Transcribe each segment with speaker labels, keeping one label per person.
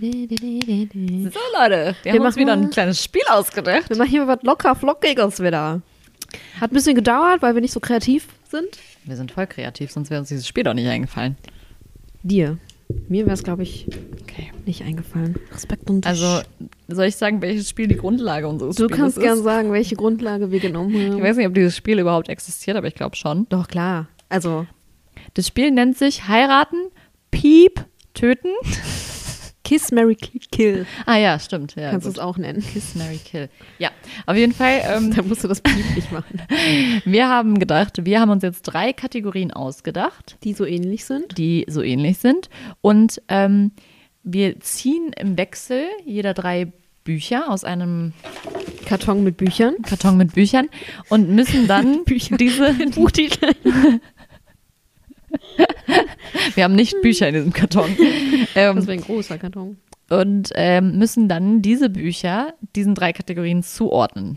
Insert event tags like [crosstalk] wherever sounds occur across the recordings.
Speaker 1: wir
Speaker 2: So Leute, wir,
Speaker 1: haben
Speaker 2: haben
Speaker 1: uns
Speaker 2: uns wieder ein kleines Spiel ausgedacht.
Speaker 1: machen hier mal was locker flockiges wieder. Hat ein bisschen gedauert, weil wir nicht so kreativ sind.
Speaker 2: Wir sind voll kreativ, sonst wäre uns dieses Spiel doch nicht eingefallen.
Speaker 1: Dir. Mir wäre es, glaube ich,
Speaker 2: Okay.
Speaker 1: nicht eingefallen. Respekt und
Speaker 2: Also, soll ich sagen, welches Spiel die Grundlage unseres
Speaker 1: du
Speaker 2: Spiels
Speaker 1: kannst
Speaker 2: ist?
Speaker 1: gern sagen, welche Grundlage wir genommen
Speaker 2: Ich
Speaker 1: haben.
Speaker 2: weiß nicht, ob dieses Spiel überhaupt existiert, aber ich glaube schon.
Speaker 1: Doch, klar. Also,
Speaker 2: Das Spiel nennt sich Heiraten, Piep, Töten. [laughs]
Speaker 1: Kiss, Mary, Kill.
Speaker 2: Ah ja, stimmt. Ja,
Speaker 1: kannst du
Speaker 2: gut.
Speaker 1: es auch nennen.
Speaker 2: Kiss, Mary, Kill. Ja, auf jeden Fall. [laughs] Ähm,
Speaker 1: Da musst du das Piep nicht machen.
Speaker 2: wir haben gedacht, wir haben uns jetzt drei Kategorien ausgedacht,
Speaker 1: Die so ähnlich sind.
Speaker 2: die so ähnlich sind. Und ähm, wir ziehen im Wechsel jeder drei Bücher aus einem
Speaker 1: Karton mit Büchern.
Speaker 2: Karton mit Büchern und müssen dann diese.
Speaker 1: Buchtitel.
Speaker 2: Wir haben nicht Bücher in diesem Karton.
Speaker 1: Das
Speaker 2: Ähm,
Speaker 1: wäre ein großer [laughs] Karton.
Speaker 2: und ähm, müssen dann diese Bücher diesen drei Kategorien zuordnen.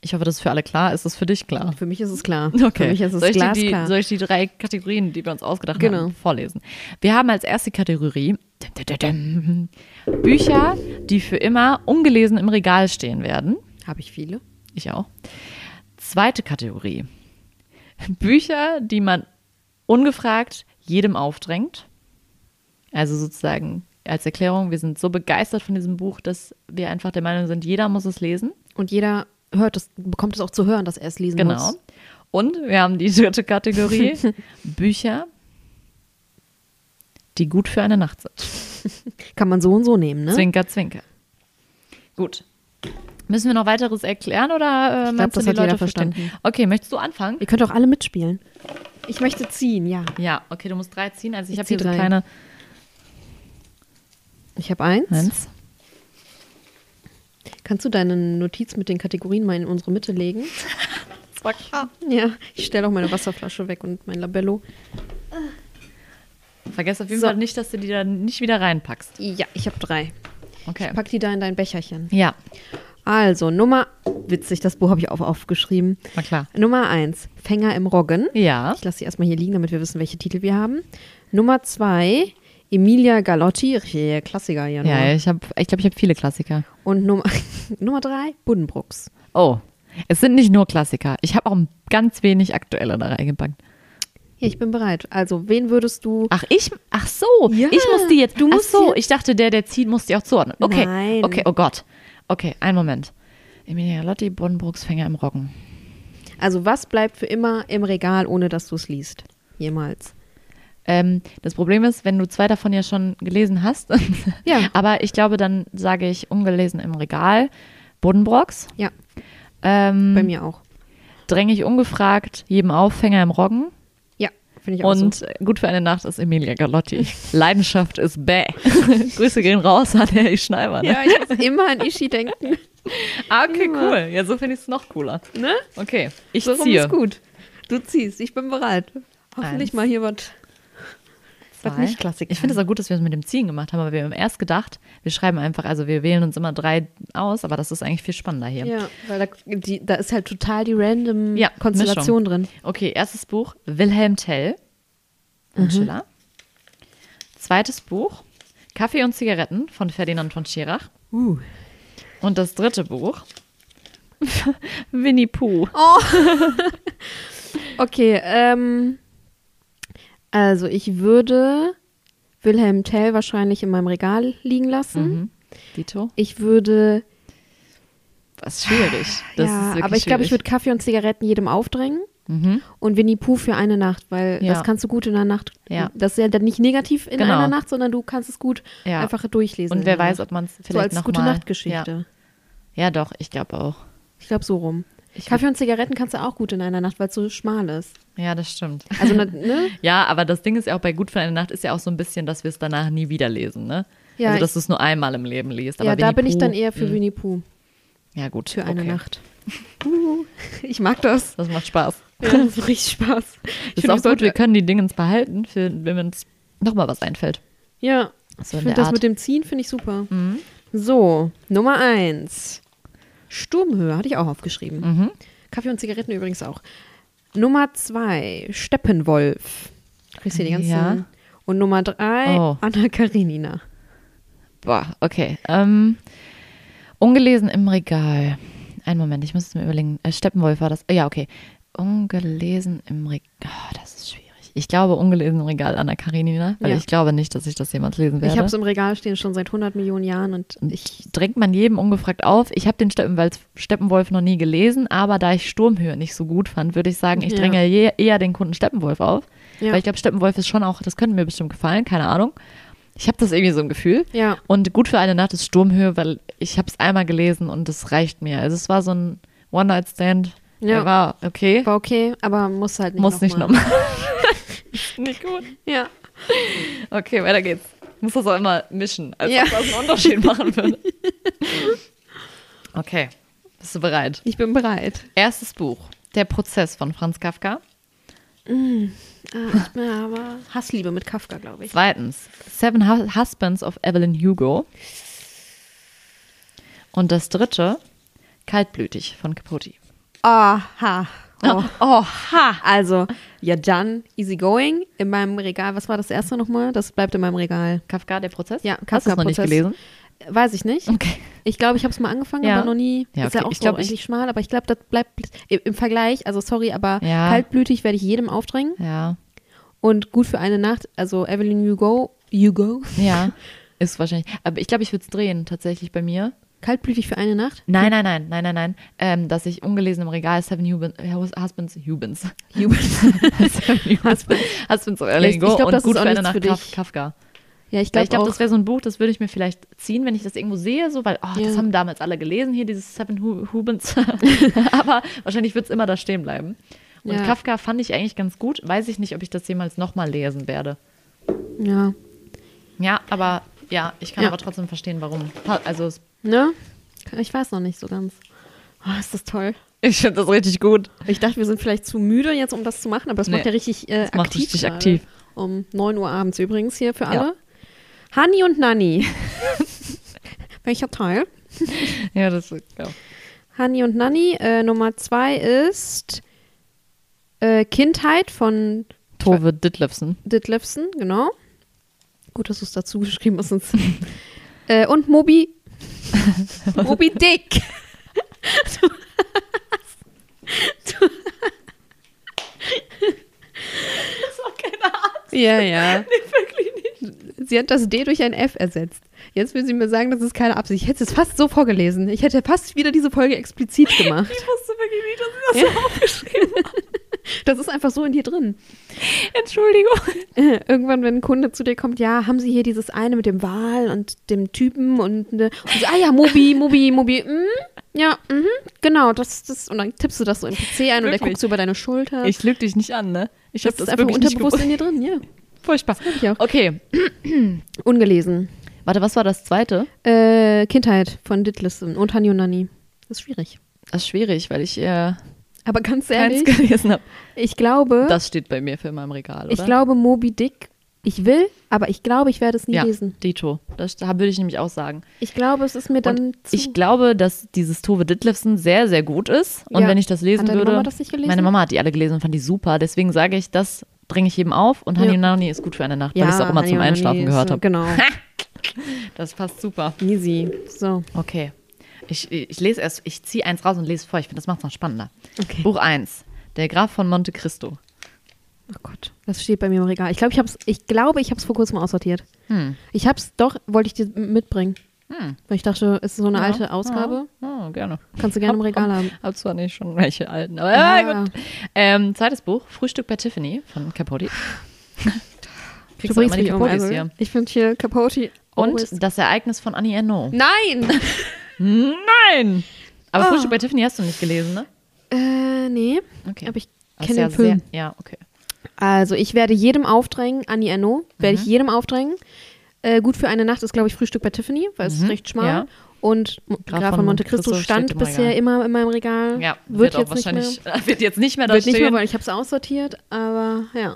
Speaker 2: Ich hoffe, das ist für alle klar. Ist das für dich klar?
Speaker 1: Für mich ist es klar. Für
Speaker 2: Okay.
Speaker 1: mich ist es
Speaker 2: soll, ich dir die,
Speaker 1: glasklar.
Speaker 2: soll ich die drei Kategorien, die wir uns ausgedacht
Speaker 1: Genau.
Speaker 2: haben, vorlesen? Wir haben als erste Kategorie dum, dum, dum, dum, Bücher, die für immer ungelesen im Regal stehen werden.
Speaker 1: Habe ich viele?
Speaker 2: Ich auch. Zweite Kategorie. Bücher, die man ungefragt jedem aufdrängt. Also sozusagen als Erklärung, wir sind so begeistert von diesem Buch, dass wir einfach der Meinung sind, jeder muss es lesen.
Speaker 1: Und jeder hört es, bekommt es auch zu hören, dass er es lesen
Speaker 2: Genau.
Speaker 1: muss.
Speaker 2: Und wir haben die dritte Kategorie:
Speaker 1: [laughs]
Speaker 2: Bücher, die gut für eine Nacht sind.
Speaker 1: Kann man so und so nehmen, ne?
Speaker 2: Zwinker, zwinker. Gut. Müssen wir noch weiteres erklären oder äh, meinst du,
Speaker 1: das
Speaker 2: die
Speaker 1: hat
Speaker 2: Leute
Speaker 1: jeder
Speaker 2: verstehen?
Speaker 1: verstanden.
Speaker 2: Okay, möchtest du anfangen?
Speaker 1: Ihr könnt auch alle mitspielen. Ich möchte ziehen, ja.
Speaker 2: Ja, okay, du musst drei ziehen. Also ich
Speaker 1: Ich
Speaker 2: habe
Speaker 1: zieh
Speaker 2: hier so
Speaker 1: drei.
Speaker 2: kleine
Speaker 1: Ich habe eins.
Speaker 2: eins.
Speaker 1: Kannst du deine Notiz mit den Kategorien mal in unsere Mitte
Speaker 2: [laughs]
Speaker 1: legen?
Speaker 2: Das war klar.
Speaker 1: Ja, ich stelle auch meine Wasserflasche weg und mein Labello.
Speaker 2: Vergesst auf jeden
Speaker 1: So.
Speaker 2: Fall nicht, dass du die dann nicht wieder reinpackst.
Speaker 1: Ja, ich habe drei.
Speaker 2: Okay.
Speaker 1: Pack die da in dein Becherchen.
Speaker 2: Ja,
Speaker 1: Also, Nummer. Witzig, das Buch habe ich auch aufgeschrieben.
Speaker 2: war klar.
Speaker 1: Nummer eins: Fänger im Roggen.
Speaker 2: Ja.
Speaker 1: Ich lasse sie erstmal hier liegen, damit wir wissen, welche Titel wir haben. Nummer zwei, Emilia Galotti, richtiger Klassiker hier. nur.
Speaker 2: Ja, ich habe, ich glaube, ich habe viele Klassiker.
Speaker 1: Und Nummer, [laughs] Nummer drei, Buddenbrooks.
Speaker 2: Oh, es sind nicht nur Klassiker. Ich habe auch ganz wenig aktuelle da reingepackt.
Speaker 1: Ja, ich bin bereit. Also, wen würdest du.
Speaker 2: Ach, ich, ach so,
Speaker 1: Ja,
Speaker 2: ich muss die jetzt.
Speaker 1: du
Speaker 2: Du musst
Speaker 1: musst
Speaker 2: ach so,
Speaker 1: die-
Speaker 2: ich dachte, der, der zieht, muss die auch zuordnen. Okay,
Speaker 1: Nein.
Speaker 2: okay, oh Gott. Okay, einen Moment. Emilia Lotti, Bonnenbrooks, Fänger im Roggen.
Speaker 1: Also, was bleibt für immer im Regal, ohne dass du es liest? Jemals.
Speaker 2: Ähm, das Problem ist, wenn du zwei davon ja schon gelesen hast. [laughs]
Speaker 1: Ja.
Speaker 2: Aber ich glaube, dann sage ich ungelesen im Regal, Buddenbrocks.
Speaker 1: Ja, bei
Speaker 2: Ähm,
Speaker 1: mir auch.
Speaker 2: dränge ich ungefragt jedem Auffänger im Roggen.
Speaker 1: Ja, also. finde ich auch
Speaker 2: Und
Speaker 1: so.
Speaker 2: äh, gut für eine Nacht ist
Speaker 1: [laughs]
Speaker 2: Emilia Galotti. Leidenschaft ist bäh. [laughs] Grüße gehen raus an Erich Schneimer. Ne?
Speaker 1: Ja, ich muss immer an Ishi
Speaker 2: [laughs]
Speaker 1: denken.
Speaker 2: ah, okay,
Speaker 1: immer.
Speaker 2: cool. Ja, so finde ich es noch cooler.
Speaker 1: Ne?
Speaker 2: Okay, ich
Speaker 1: So rum
Speaker 2: ziehe.
Speaker 1: ist gut. Du ziehst, ich bin bereit. Hoffentlich
Speaker 2: Eins.
Speaker 1: mal hier was. Was
Speaker 2: Zwei.
Speaker 1: nicht Klassiker.
Speaker 2: Ich finde es auch gut, dass wir es mit dem Ziehen gemacht haben, aber wir haben erst gedacht, wir schreiben einfach, also wir wählen uns immer drei aus, aber das ist eigentlich viel spannender hier.
Speaker 1: Ja, weil da, die, da ist halt total die random
Speaker 2: Ja,
Speaker 1: Konstellation drin.
Speaker 2: Okay, erstes Buch, Wilhelm Tell von
Speaker 1: Mhm.
Speaker 2: Schiller. Zweites Buch, Kaffee und Zigaretten von Ferdinand von Schirach.
Speaker 1: Uh.
Speaker 2: Und das dritte Buch, [laughs] Winnie Pooh.
Speaker 1: Okay, ähm, also ich würde Wilhelm Tell wahrscheinlich in meinem Regal liegen lassen.
Speaker 2: Mhm. Dito.
Speaker 1: Ich würde,
Speaker 2: Das ist schwierig. Das ist
Speaker 1: ja,
Speaker 2: wirklich
Speaker 1: aber ich glaube, ich würde
Speaker 2: schwierig.
Speaker 1: Kaffee und Zigaretten jedem aufdrängen
Speaker 2: Mhm.
Speaker 1: und Winnie Pooh für eine Nacht, weil
Speaker 2: Ja.
Speaker 1: das kannst du gut in einer Nacht,
Speaker 2: Ja.
Speaker 1: das ist ja dann nicht negativ in
Speaker 2: Genau.
Speaker 1: einer Nacht, sondern du kannst es gut
Speaker 2: Ja.
Speaker 1: einfach durchlesen.
Speaker 2: Und
Speaker 1: in
Speaker 2: wer
Speaker 1: der
Speaker 2: weiß,
Speaker 1: Nacht.
Speaker 2: ob man es
Speaker 1: so
Speaker 2: vielleicht
Speaker 1: als
Speaker 2: noch
Speaker 1: gute
Speaker 2: mal-
Speaker 1: Nachtgeschichte.
Speaker 2: Ja. ja, doch, ich glaube auch.
Speaker 1: Ich glaube so rum.
Speaker 2: Ich
Speaker 1: Kaffee und Zigaretten kannst du auch gut in einer Nacht, weil es so schmal ist.
Speaker 2: ja, das
Speaker 1: [laughs]
Speaker 2: stimmt. [laughs]
Speaker 1: Also, ne- ne?
Speaker 2: Ja, aber das Ding ist ja auch bei Gut für eine Nacht ist ja auch so ein bisschen, dass wir es danach nie wieder lesen, ne?
Speaker 1: Ja,
Speaker 2: also, dass du es nur einmal im Leben liest. Aber
Speaker 1: ja, da
Speaker 2: Winnie
Speaker 1: bin ich
Speaker 2: Pooh, mhm.
Speaker 1: dann eher für
Speaker 2: mh,
Speaker 1: Winnie Pooh.
Speaker 2: ja, gut,
Speaker 1: Für eine
Speaker 2: okay. [laughs]
Speaker 1: Nacht. Uh, ich mag das.
Speaker 2: Das macht Spaß.
Speaker 1: Ja, das macht richtig Spaß.
Speaker 2: Das
Speaker 1: Ich
Speaker 2: ist
Speaker 1: finde
Speaker 2: auch
Speaker 1: das
Speaker 2: gut,
Speaker 1: gut.
Speaker 2: wir können die Dinge behalten, für, wenn uns nochmal was einfällt.
Speaker 1: Ja,
Speaker 2: So
Speaker 1: ich
Speaker 2: in
Speaker 1: finde
Speaker 2: der
Speaker 1: das
Speaker 2: Art. Mhm.
Speaker 1: mit dem Ziehen finde ich super. So, Nummer eins. Sturmhöhe hatte ich auch aufgeschrieben.
Speaker 2: Mhm.
Speaker 1: Kaffee und Zigaretten übrigens auch. Nummer zwei, Steppenwolf. Kriegst hier die ganzen.
Speaker 2: Ja.
Speaker 1: Und Nummer drei,
Speaker 2: Oh.
Speaker 1: Anna Karenina.
Speaker 2: Boah, okay. Ähm, ungelesen im Regal. Einen Moment, ich muss es mir überlegen. Äh, Steppenwolf war das. Ja, okay. Ungelesen im Regal. Oh, das ist schwierig. Ich glaube, ungelesen im Regal, Anna Karenina, weil
Speaker 1: Ja.
Speaker 2: ich glaube nicht, dass ich das jemals lesen werde.
Speaker 1: Ich habe es im Regal stehen schon seit 100 Millionen Jahren und ich.
Speaker 2: drängt man jedem ungefragt auf. Ich habe den Steppenwolf, Steppenwolf noch nie gelesen, aber da ich Sturmhöhe nicht so gut fand, würde ich sagen, ich
Speaker 1: Ja.
Speaker 2: dränge je, eher den Kunden Steppenwolf auf.
Speaker 1: Ja.
Speaker 2: Weil ich glaube, Steppenwolf ist schon auch, das könnte mir bestimmt gefallen, keine Ahnung. Ich habe das irgendwie so ein Gefühl.
Speaker 1: Ja.
Speaker 2: Und gut für eine Nacht ist Sturmhöhe, weil ich habe es einmal gelesen und das reicht mir. Also es war so ein One-Night-Stand.
Speaker 1: Ja.
Speaker 2: Der war okay,
Speaker 1: War okay, aber muss halt nicht
Speaker 2: muss nicht
Speaker 1: nochmal.
Speaker 2: nochmal. nicht gut.
Speaker 1: Ja.
Speaker 2: Okay, weiter geht's. Ich muss das auch immer mischen, als
Speaker 1: Ja.
Speaker 2: ob das einen Unterschied machen würde. Okay, bist du bereit?
Speaker 1: Ich bin bereit.
Speaker 2: Erstes Buch, Der Prozess von Franz Kafka. [laughs]
Speaker 1: Ah, ich bin aber Hassliebe mit Kafka, glaube ich.
Speaker 2: Zweitens, Seven Hu- Husbands of Evelyn Hugo. Und das dritte, Kaltblütig von Capote.
Speaker 1: Aha. Oh.
Speaker 2: Oh, ha!
Speaker 1: Also, ja dann, easy going. In meinem Regal, was war das erste nochmal? Das bleibt in meinem Regal.
Speaker 2: Kafka, der Prozess?
Speaker 1: Ja,
Speaker 2: Hast du es noch nicht
Speaker 1: Kafka-Prozess.
Speaker 2: gelesen?
Speaker 1: Weiß ich nicht.
Speaker 2: Okay.
Speaker 1: Ich glaube, ich habe es mal angefangen,
Speaker 2: Ja.
Speaker 1: aber noch nie.
Speaker 2: Ja,
Speaker 1: Ist ja
Speaker 2: okay.
Speaker 1: auch
Speaker 2: Ich
Speaker 1: ich
Speaker 2: glaub,
Speaker 1: so
Speaker 2: ich-
Speaker 1: eigentlich schmal, aber ich glaube, das bleibt im im Vergleich, also sorry, aber
Speaker 2: Ja.
Speaker 1: kaltblütig werde ich jedem aufdrängen.
Speaker 2: Ja,
Speaker 1: Und gut für eine Nacht, also Evelyn Hugo, Hugo,
Speaker 2: [laughs] ja. Ist wahrscheinlich. Aber ich glaube, ich würde es drehen, tatsächlich bei mir.
Speaker 1: [laughs]
Speaker 2: Hm?
Speaker 1: kaltblütig für eine Nacht,
Speaker 2: Nein, nein, nein, nein, nein, nein. Ähm, dass ich ungelesen im Regal Seven Huben, äh, Husbands, Hubens. Hubens. [laughs] Seven Hubens. Husbands of Evelyn
Speaker 1: Ich- ich
Speaker 2: Hugo
Speaker 1: glaub,
Speaker 2: und
Speaker 1: das ist
Speaker 2: gut
Speaker 1: auch
Speaker 2: für eine
Speaker 1: nichts
Speaker 2: Nacht
Speaker 1: für
Speaker 2: Kaf
Speaker 1: dich.
Speaker 2: Kafka.
Speaker 1: Ja, ich
Speaker 2: Weil
Speaker 1: glaube
Speaker 2: ich glaube,
Speaker 1: auch.
Speaker 2: das wäre so ein Buch, das würde ich mir vielleicht ziehen, wenn ich das irgendwo sehe, so, weil, oh, das
Speaker 1: Ja.
Speaker 2: haben damals alle gelesen hier, dieses Seven Hu-
Speaker 1: [laughs]
Speaker 2: Hubens. Aber wahrscheinlich wird es immer da stehen bleiben. Und
Speaker 1: Ja.
Speaker 2: Kafka fand ich eigentlich ganz gut. Weiß ich nicht, ob ich das jemals nochmal lesen werde.
Speaker 1: ja.
Speaker 2: Ja, aber ja, ich kann
Speaker 1: Ja.
Speaker 2: aber trotzdem verstehen, warum. Pa- Also es-
Speaker 1: Ne? Ich weiß noch nicht so ganz. Oh, ist das toll.
Speaker 2: ich finde das richtig gut.
Speaker 1: Ich dachte, wir sind vielleicht zu müde jetzt, um das zu machen, aber das
Speaker 2: Nee,
Speaker 1: macht ja richtig äh,
Speaker 2: das
Speaker 1: aktiv.
Speaker 2: macht richtig
Speaker 1: gerade.
Speaker 2: aktiv.
Speaker 1: Um 9 Uhr abends übrigens hier für alle.
Speaker 2: Ja.
Speaker 1: Hani und Nani. [laughs] Welcher Teil?
Speaker 2: Ja, das ja.
Speaker 1: Hani und Nani. Äh, Nummer 2 ist äh, Kindheit von
Speaker 2: Tove Ditlevsen.
Speaker 1: Ditlevsen, genau. Gut, dass du es dazu geschrieben hast.
Speaker 2: [laughs]
Speaker 1: Sonst. äh, und Moby. Moby Dick. du hast, du hast, das war keine Absicht. Ja,
Speaker 2: [laughs]
Speaker 1: ja. wirklich nicht. Sie hat das D durch ein F ersetzt. Jetzt will sie mir sagen, das ist keine Absicht. Ich hätte es fast so vorgelesen. Ich hätte fast wieder diese Folge explizit gemacht.
Speaker 2: [laughs] Ich wusste wirklich nicht, dass ich
Speaker 1: [laughs]
Speaker 2: das so aufgeschrieben habe.
Speaker 1: Das ist einfach so in dir drin.
Speaker 2: Entschuldigung.
Speaker 1: Äh, Irgendwann, wenn ein Kunde zu dir kommt, ja, haben Sie hier dieses eine mit dem Wal und dem Typen und, ne, und so, ah ja, Mobi, Mobi, Mobi, mm, ja, mhm, genau, das, das, und dann tippst du das so in den PC ein und der
Speaker 2: Wirklich?
Speaker 1: guckt so über deine Schulter.
Speaker 2: Ich lüge dich nicht an, ne? Ich
Speaker 1: das,
Speaker 2: habe
Speaker 1: ist einfach unterbewusst in dir drin, ja.
Speaker 2: Furchtbar.
Speaker 1: ich auch.
Speaker 2: Okay.
Speaker 1: Ungelesen.
Speaker 2: Warte, was war das zweite?
Speaker 1: Äh, Kindheit von Ditlissen und Hani und Nani. Das ist schwierig.
Speaker 2: Das ist schwierig, weil ich äh,
Speaker 1: Aber ganz
Speaker 2: keins
Speaker 1: ehrlich,
Speaker 2: gelesen habe.
Speaker 1: ich glaube,
Speaker 2: Das steht bei mir für immer im Regal, oder?
Speaker 1: Hm? ich glaube, Moby Dick, ich will, aber ich glaube, ich werde es nie
Speaker 2: ja,
Speaker 1: lesen.
Speaker 2: Dito. Das da würde ich nämlich auch sagen.
Speaker 1: Ich glaube, es ist mir dann
Speaker 2: Und
Speaker 1: zu
Speaker 2: ich glaube, dass dieses Tove Ditlevsen sehr, sehr gut ist. Und
Speaker 1: Ja.
Speaker 2: wenn ich das lesen
Speaker 1: Hat deine
Speaker 2: würde.
Speaker 1: Mama das nicht gelesen?
Speaker 2: Meine Mama hat die alle gelesen und fand die super. Deswegen sage ich, das bringe ich jedem auf. Und Hani
Speaker 1: Ja.
Speaker 2: und Nani ist gut für eine Nacht, weil ich es auch immer
Speaker 1: Hani
Speaker 2: zum
Speaker 1: und Nani
Speaker 2: Einschlafen
Speaker 1: ist,
Speaker 2: gehört
Speaker 1: äh,
Speaker 2: habe.
Speaker 1: Genau.
Speaker 2: Das passt super.
Speaker 1: Easy. So.
Speaker 2: Okay. Ich, ich lese erst, ich ziehe eins raus und lese vor. Ich finde, das macht es noch spannender.
Speaker 1: Okay.
Speaker 2: Buch 1. Der Graf von Monte Cristo.
Speaker 1: Oh Gott, das steht bei mir im Regal. Ich glaube, ich habe es ich glaube, ich hab's vor kurzem aussortiert.
Speaker 2: Hm.
Speaker 1: Ich habe es doch, wollte ich dir m- mitbringen. Weil ich dachte, es ist so eine alte Ausgabe.
Speaker 2: Ja, oh, gerne.
Speaker 1: Kannst du gerne im Regal haben.
Speaker 2: Hab zwar nicht schon welche alten, aber
Speaker 1: Ah.
Speaker 2: ja, gut. Ähm, zweites Buch, Frühstück bei Tiffany von
Speaker 1: [laughs]
Speaker 2: Capote.
Speaker 1: Du
Speaker 2: Kriegst du
Speaker 1: bringst
Speaker 2: immer die
Speaker 1: mich um.
Speaker 2: Capotes
Speaker 1: Also,
Speaker 2: hier.
Speaker 1: ich finde hier Capote. always-
Speaker 2: Und das Ereignis von Annie Ernaux.
Speaker 1: Nein! Ah.
Speaker 2: Nein! Aber Frühstück bei Tiffany hast du nicht gelesen, ne?
Speaker 1: Äh, nee.
Speaker 2: Okay.
Speaker 1: Aber ich
Speaker 2: Das
Speaker 1: kenne
Speaker 2: ja
Speaker 1: den Film.
Speaker 2: Sehr, ja, okay.
Speaker 1: Also ich werde jedem aufdrängen, Annie Ernaux, werde
Speaker 2: Mhm.
Speaker 1: ich jedem aufdrängen. Äh, gut für eine Nacht ist, glaube ich, Frühstück bei Tiffany, weil es ist recht schmal.
Speaker 2: Mhm. ja.
Speaker 1: Und Mo- Graf, von Monte Cristo
Speaker 2: steht
Speaker 1: stand
Speaker 2: im
Speaker 1: bisher
Speaker 2: Regal.
Speaker 1: immer in meinem Regal.
Speaker 2: Ja,
Speaker 1: Hm? wird,
Speaker 2: auch
Speaker 1: jetzt nicht mehr.
Speaker 2: wahrscheinlich, [laughs] wird jetzt nicht mehr da
Speaker 1: Wird nicht mehr,
Speaker 2: stehen.
Speaker 1: weil ich habe es aussortiert, aber ja.
Speaker 2: Ja,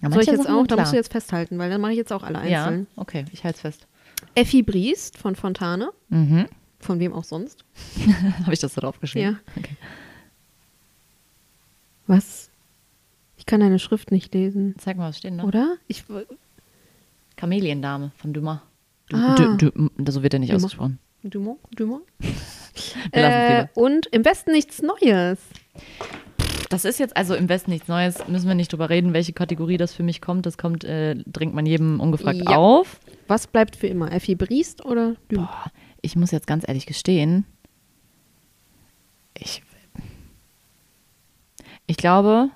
Speaker 1: Soll ich
Speaker 2: manche
Speaker 1: jetzt
Speaker 2: Sachen
Speaker 1: auch?
Speaker 2: sind
Speaker 1: Da musst
Speaker 2: klar.
Speaker 1: du jetzt festhalten, weil dann mache ich jetzt auch alle einzeln.
Speaker 2: Ja, okay, ich halte es fest.
Speaker 1: Effi Briest von Fontane.
Speaker 2: Mhm. [laughs]
Speaker 1: Von wem auch sonst?
Speaker 2: Habe ich das da draufgeschrieben?
Speaker 1: Ja. Was? Ich kann deine Schrift nicht lesen,
Speaker 2: Zeig mal, was steht da?
Speaker 1: oder? Ich,
Speaker 2: Kameliendame von Dumas. Du,
Speaker 1: Ah.
Speaker 2: du, du, so wird er nicht
Speaker 1: Dumas.
Speaker 2: ausgesprochen.
Speaker 1: Dumont? Dumont?
Speaker 2: Wir lassen es
Speaker 1: Äh,
Speaker 2: lieber.
Speaker 1: und im Westen nichts Neues.
Speaker 2: Das ist jetzt also im Westen nichts Neues. Müssen wir nicht drüber reden, welche Kategorie das für mich kommt. Das kommt, äh, dringt man jedem ungefragt
Speaker 1: Ja.
Speaker 2: auf.
Speaker 1: Was bleibt für immer? Effi Briest oder Dumont?
Speaker 2: Boah, ich muss jetzt ganz ehrlich gestehen, ich, ich glaube,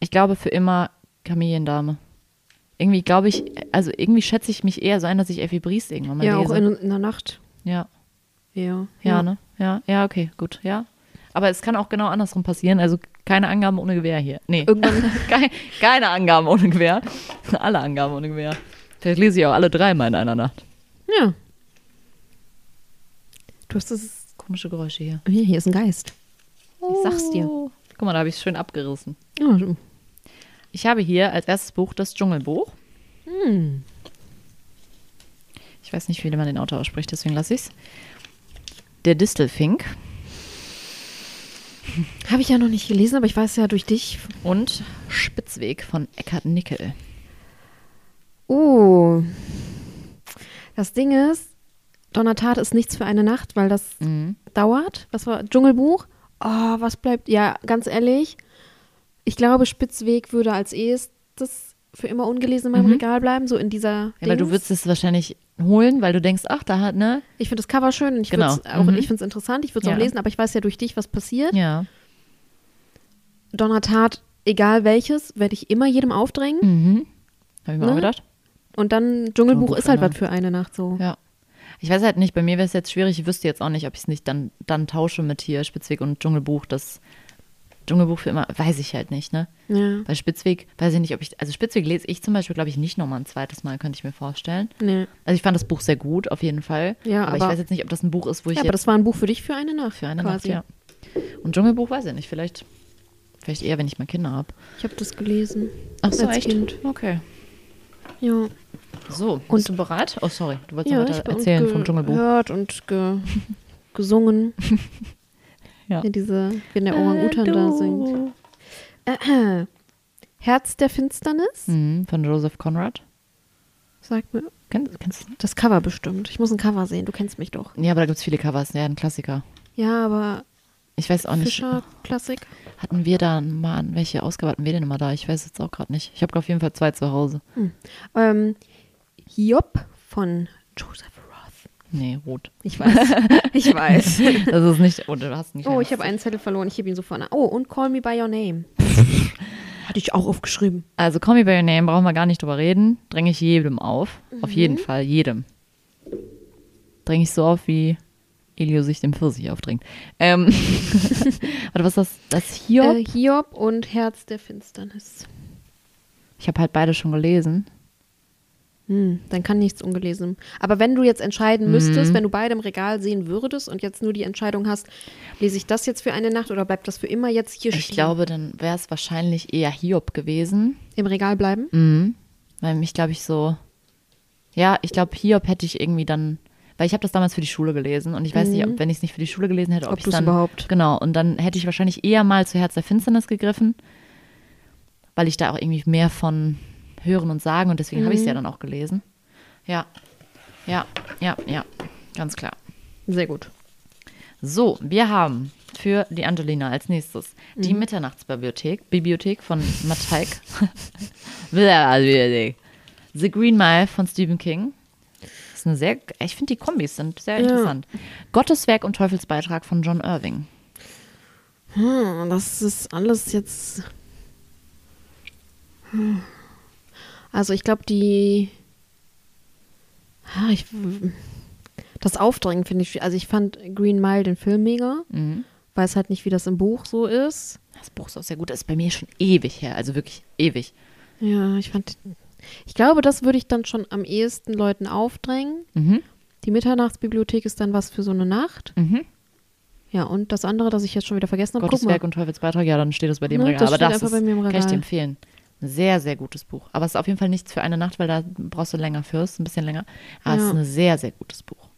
Speaker 2: ich glaube für immer Kameliendame. Irgendwie glaube ich, also irgendwie schätze ich mich eher so ein, dass ich Effi Briest irgendwann mal
Speaker 1: Ja, auch
Speaker 2: lese.
Speaker 1: in, in der Nacht.
Speaker 2: ja,
Speaker 1: Ja.
Speaker 2: ja, ne? Ja, ja, okay, gut, ja. Aber es kann auch genau andersrum passieren. Also keine Angaben ohne Gewehr hier. Nee. [laughs]
Speaker 1: Irgendwann-
Speaker 2: keine, keine Angaben ohne Gewehr. [laughs] Alle Angaben ohne Gewehr. Vielleicht lese ich auch alle dreimal in einer Nacht.
Speaker 1: Ja. Du hast es.
Speaker 2: Komische Geräusche hier.
Speaker 1: Hier, hier ist ein Geist.
Speaker 2: Ich sag's dir. Oh. Guck mal, da habe ich es schön abgerissen.
Speaker 1: Ja, Ah, du-
Speaker 2: Ich habe hier als erstes Buch das Dschungelbuch.
Speaker 1: Hm.
Speaker 2: Ich weiß nicht, wie man den Autor ausspricht, deswegen lasse ich's. Der Distelfink
Speaker 1: Habe ich ja noch nicht gelesen, aber ich weiß ja durch dich.
Speaker 2: und Spitzweg von Eckhard Nickel.
Speaker 1: Oh. Das Ding ist, Donnertat ist nichts für eine Nacht, weil das
Speaker 2: Mhm.
Speaker 1: dauert. Was war Dschungelbuch? Oh, was bleibt? Ja, ganz ehrlich, ich glaube, Spitzweg würde als ehestes für immer ungelesen in meinem Regal bleiben, so in dieser.
Speaker 2: Ja, weil du
Speaker 1: Dings.
Speaker 2: würdest es wahrscheinlich holen, weil du denkst, ach, da hat, ne?
Speaker 1: Ich finde das Cover schön, und ich
Speaker 2: Genau.
Speaker 1: würd's auch,
Speaker 2: Mhm.
Speaker 1: ich finde es interessant, ich würde es
Speaker 2: Ja.
Speaker 1: auch lesen, aber ich weiß ja durch dich, was passiert.
Speaker 2: Ja.
Speaker 1: Donnertat, egal welches, werde ich immer jedem aufdrängen.
Speaker 2: Mhm. Habe ich mir
Speaker 1: Ne?
Speaker 2: auch gedacht.
Speaker 1: Und dann Dschungelbuch
Speaker 2: Dschungelbuch
Speaker 1: ist halt
Speaker 2: für eine-
Speaker 1: was für eine Nacht so.
Speaker 2: Ja. Ich weiß halt nicht, bei mir wäre es jetzt schwierig. Ich wüsste jetzt auch nicht, ob ich es nicht dann, dann tausche mit hier Spitzweg und Dschungelbuch. Das Dschungelbuch für immer, weiß ich halt nicht, ne?
Speaker 1: Ja.
Speaker 2: Bei Spitzweg, weiß ich nicht, ob ich, also Spitzweg lese ich zum Beispiel, glaube ich, nicht nochmal ein zweites Mal, könnte ich mir vorstellen.
Speaker 1: Nee.
Speaker 2: Also ich fand das Buch sehr gut, auf jeden Fall.
Speaker 1: Ja,
Speaker 2: aber, ich
Speaker 1: aber-
Speaker 2: weiß jetzt nicht, ob das ein Buch ist, wo ich
Speaker 1: ja, aber
Speaker 2: jetzt
Speaker 1: das war ein Buch für dich für eine Nacht.
Speaker 2: für eine
Speaker 1: quasi.
Speaker 2: Nacht, ja. Und Dschungelbuch weiß ich nicht, vielleicht, vielleicht eher, wenn ich mal Kinder habe.
Speaker 1: Ich habe das gelesen.
Speaker 2: Ach so,
Speaker 1: als
Speaker 2: echt?
Speaker 1: Kind.
Speaker 2: Okay.
Speaker 1: Ja.
Speaker 2: So, bist
Speaker 1: Und-
Speaker 2: du bereit? Oh, sorry, du wolltest
Speaker 1: ja,
Speaker 2: noch
Speaker 1: ich
Speaker 2: weiter
Speaker 1: bin
Speaker 2: erzählen vom Dschungelbuch.
Speaker 1: gehört und ge
Speaker 2: [laughs]
Speaker 1: gesungen.
Speaker 2: Ja.
Speaker 1: ja. Diese, wenn der Orang-Utan da singt. Äh, Herz der Finsternis?
Speaker 2: Mhm, von Joseph Conrad.
Speaker 1: Sagt mir.
Speaker 2: Kennst, kennst du?
Speaker 1: Das Cover bestimmt. Ich muss ein Cover sehen. Du kennst mich doch.
Speaker 2: Ja, aber da gibt es viele Covers, ja, ein Klassiker.
Speaker 1: Ja, aber
Speaker 2: Ich weiß auch nicht.
Speaker 1: Fischer-Klassik.
Speaker 2: Hatten wir da mal an welche Ausgabe hatten wir denn mal da? Ich weiß jetzt auch gerade nicht. Ich habe auf jeden Fall zwei zu Hause.
Speaker 1: Ähm, Hiob von Joseph Roth.
Speaker 2: Nee, rot.
Speaker 1: Ich weiß. ich [laughs] weiß.
Speaker 2: Das ist nicht. Oh, du hast nicht.
Speaker 1: Oh, ich habe einen Zettel verloren. Ich hebe ihn sofort nach. Oh, und Call Me By Your Name. [laughs] Hatte ich auch aufgeschrieben.
Speaker 2: Also Call Me By Your Name brauchen wir gar nicht drüber reden. Dränge ich jedem auf.
Speaker 1: Mhm.
Speaker 2: Auf jeden Fall, jedem. Dränge ich so auf, wie Elio sich dem Pfirsich aufdrängt. Ähm, [laughs] warte, was ist das? Das hier?
Speaker 1: Äh, Hiob und Herz der Finsternis.
Speaker 2: ich habe halt beide schon gelesen.
Speaker 1: Hm, dann kann nichts ungelesen. Aber wenn du jetzt entscheiden müsstest, wenn du beide im Regal sehen würdest und jetzt nur die Entscheidung hast, lese ich das jetzt für eine Nacht oder bleibt das für immer jetzt hier
Speaker 2: Ich
Speaker 1: stehen?
Speaker 2: glaube, dann wäre es wahrscheinlich eher Hiob gewesen.
Speaker 1: Im Regal bleiben?
Speaker 2: Mhm. Weil mich, glaube ich, so. Ja, ich glaube, Hiob hätte ich irgendwie dann. Weil ich habe das damals für die Schule gelesen und ich weiß nicht, ob, wenn ich es nicht für die Schule gelesen hätte, ob,
Speaker 1: Mhm. Ob
Speaker 2: ich
Speaker 1: du's
Speaker 2: dann.
Speaker 1: überhaupt-
Speaker 2: Genau, und dann hätte ich wahrscheinlich eher mal zu Herz der Finsternis gegriffen, weil ich da auch irgendwie mehr von hören und sagen und deswegen habe ich es
Speaker 1: Mhm.
Speaker 2: ja dann auch gelesen. Ja, ja, ja, ja, ganz klar.
Speaker 1: Sehr gut.
Speaker 2: So, wir haben für die Angelina als nächstes die Mitternachtsbibliothek Bibliothek von [laughs] Mateik. Mitternachtsbibliothek. also The Green Mile von Stephen King. Das ist eine sehr, ich finde die Kombis sind sehr interessant. Gotteswerk und Teufelsbeitrag von John Irving.
Speaker 1: Hm, das ist alles jetzt. Hm. Also ich glaube, die. Ah, ich, Das Aufdrängen finde ich, also ich fand Green Mile den Film mega.
Speaker 2: Mhm.
Speaker 1: Weiß halt nicht, wie das im Buch so ist.
Speaker 2: Das Buch ist auch sehr gut. Das ist bei mir schon ewig her. Also wirklich ewig.
Speaker 1: Ja, ich fand, ich glaube, das würde ich dann schon am ehesten Leuten aufdrängen. Die Mitternachtsbibliothek ist dann was für so eine Nacht.
Speaker 2: Mhm.
Speaker 1: Ja, und das andere, das ich jetzt schon wieder vergessen habe, guck
Speaker 2: Gottes
Speaker 1: mal.
Speaker 2: Werk und Teufels Beitrag, ja, dann steht das bei dem
Speaker 1: Ne,
Speaker 2: Regal.
Speaker 1: das
Speaker 2: aber
Speaker 1: steht
Speaker 2: das
Speaker 1: einfach
Speaker 2: ist,
Speaker 1: bei mir im
Speaker 2: kann ich
Speaker 1: Regal.
Speaker 2: dir empfehlen. Ein Sehr, sehr gutes Buch. Aber es ist auf jeden Fall nichts für eine Nacht, weil da brauchst du länger für, ist ein bisschen länger. Aber es
Speaker 1: Ja.
Speaker 2: ist ein sehr, sehr gutes Buch.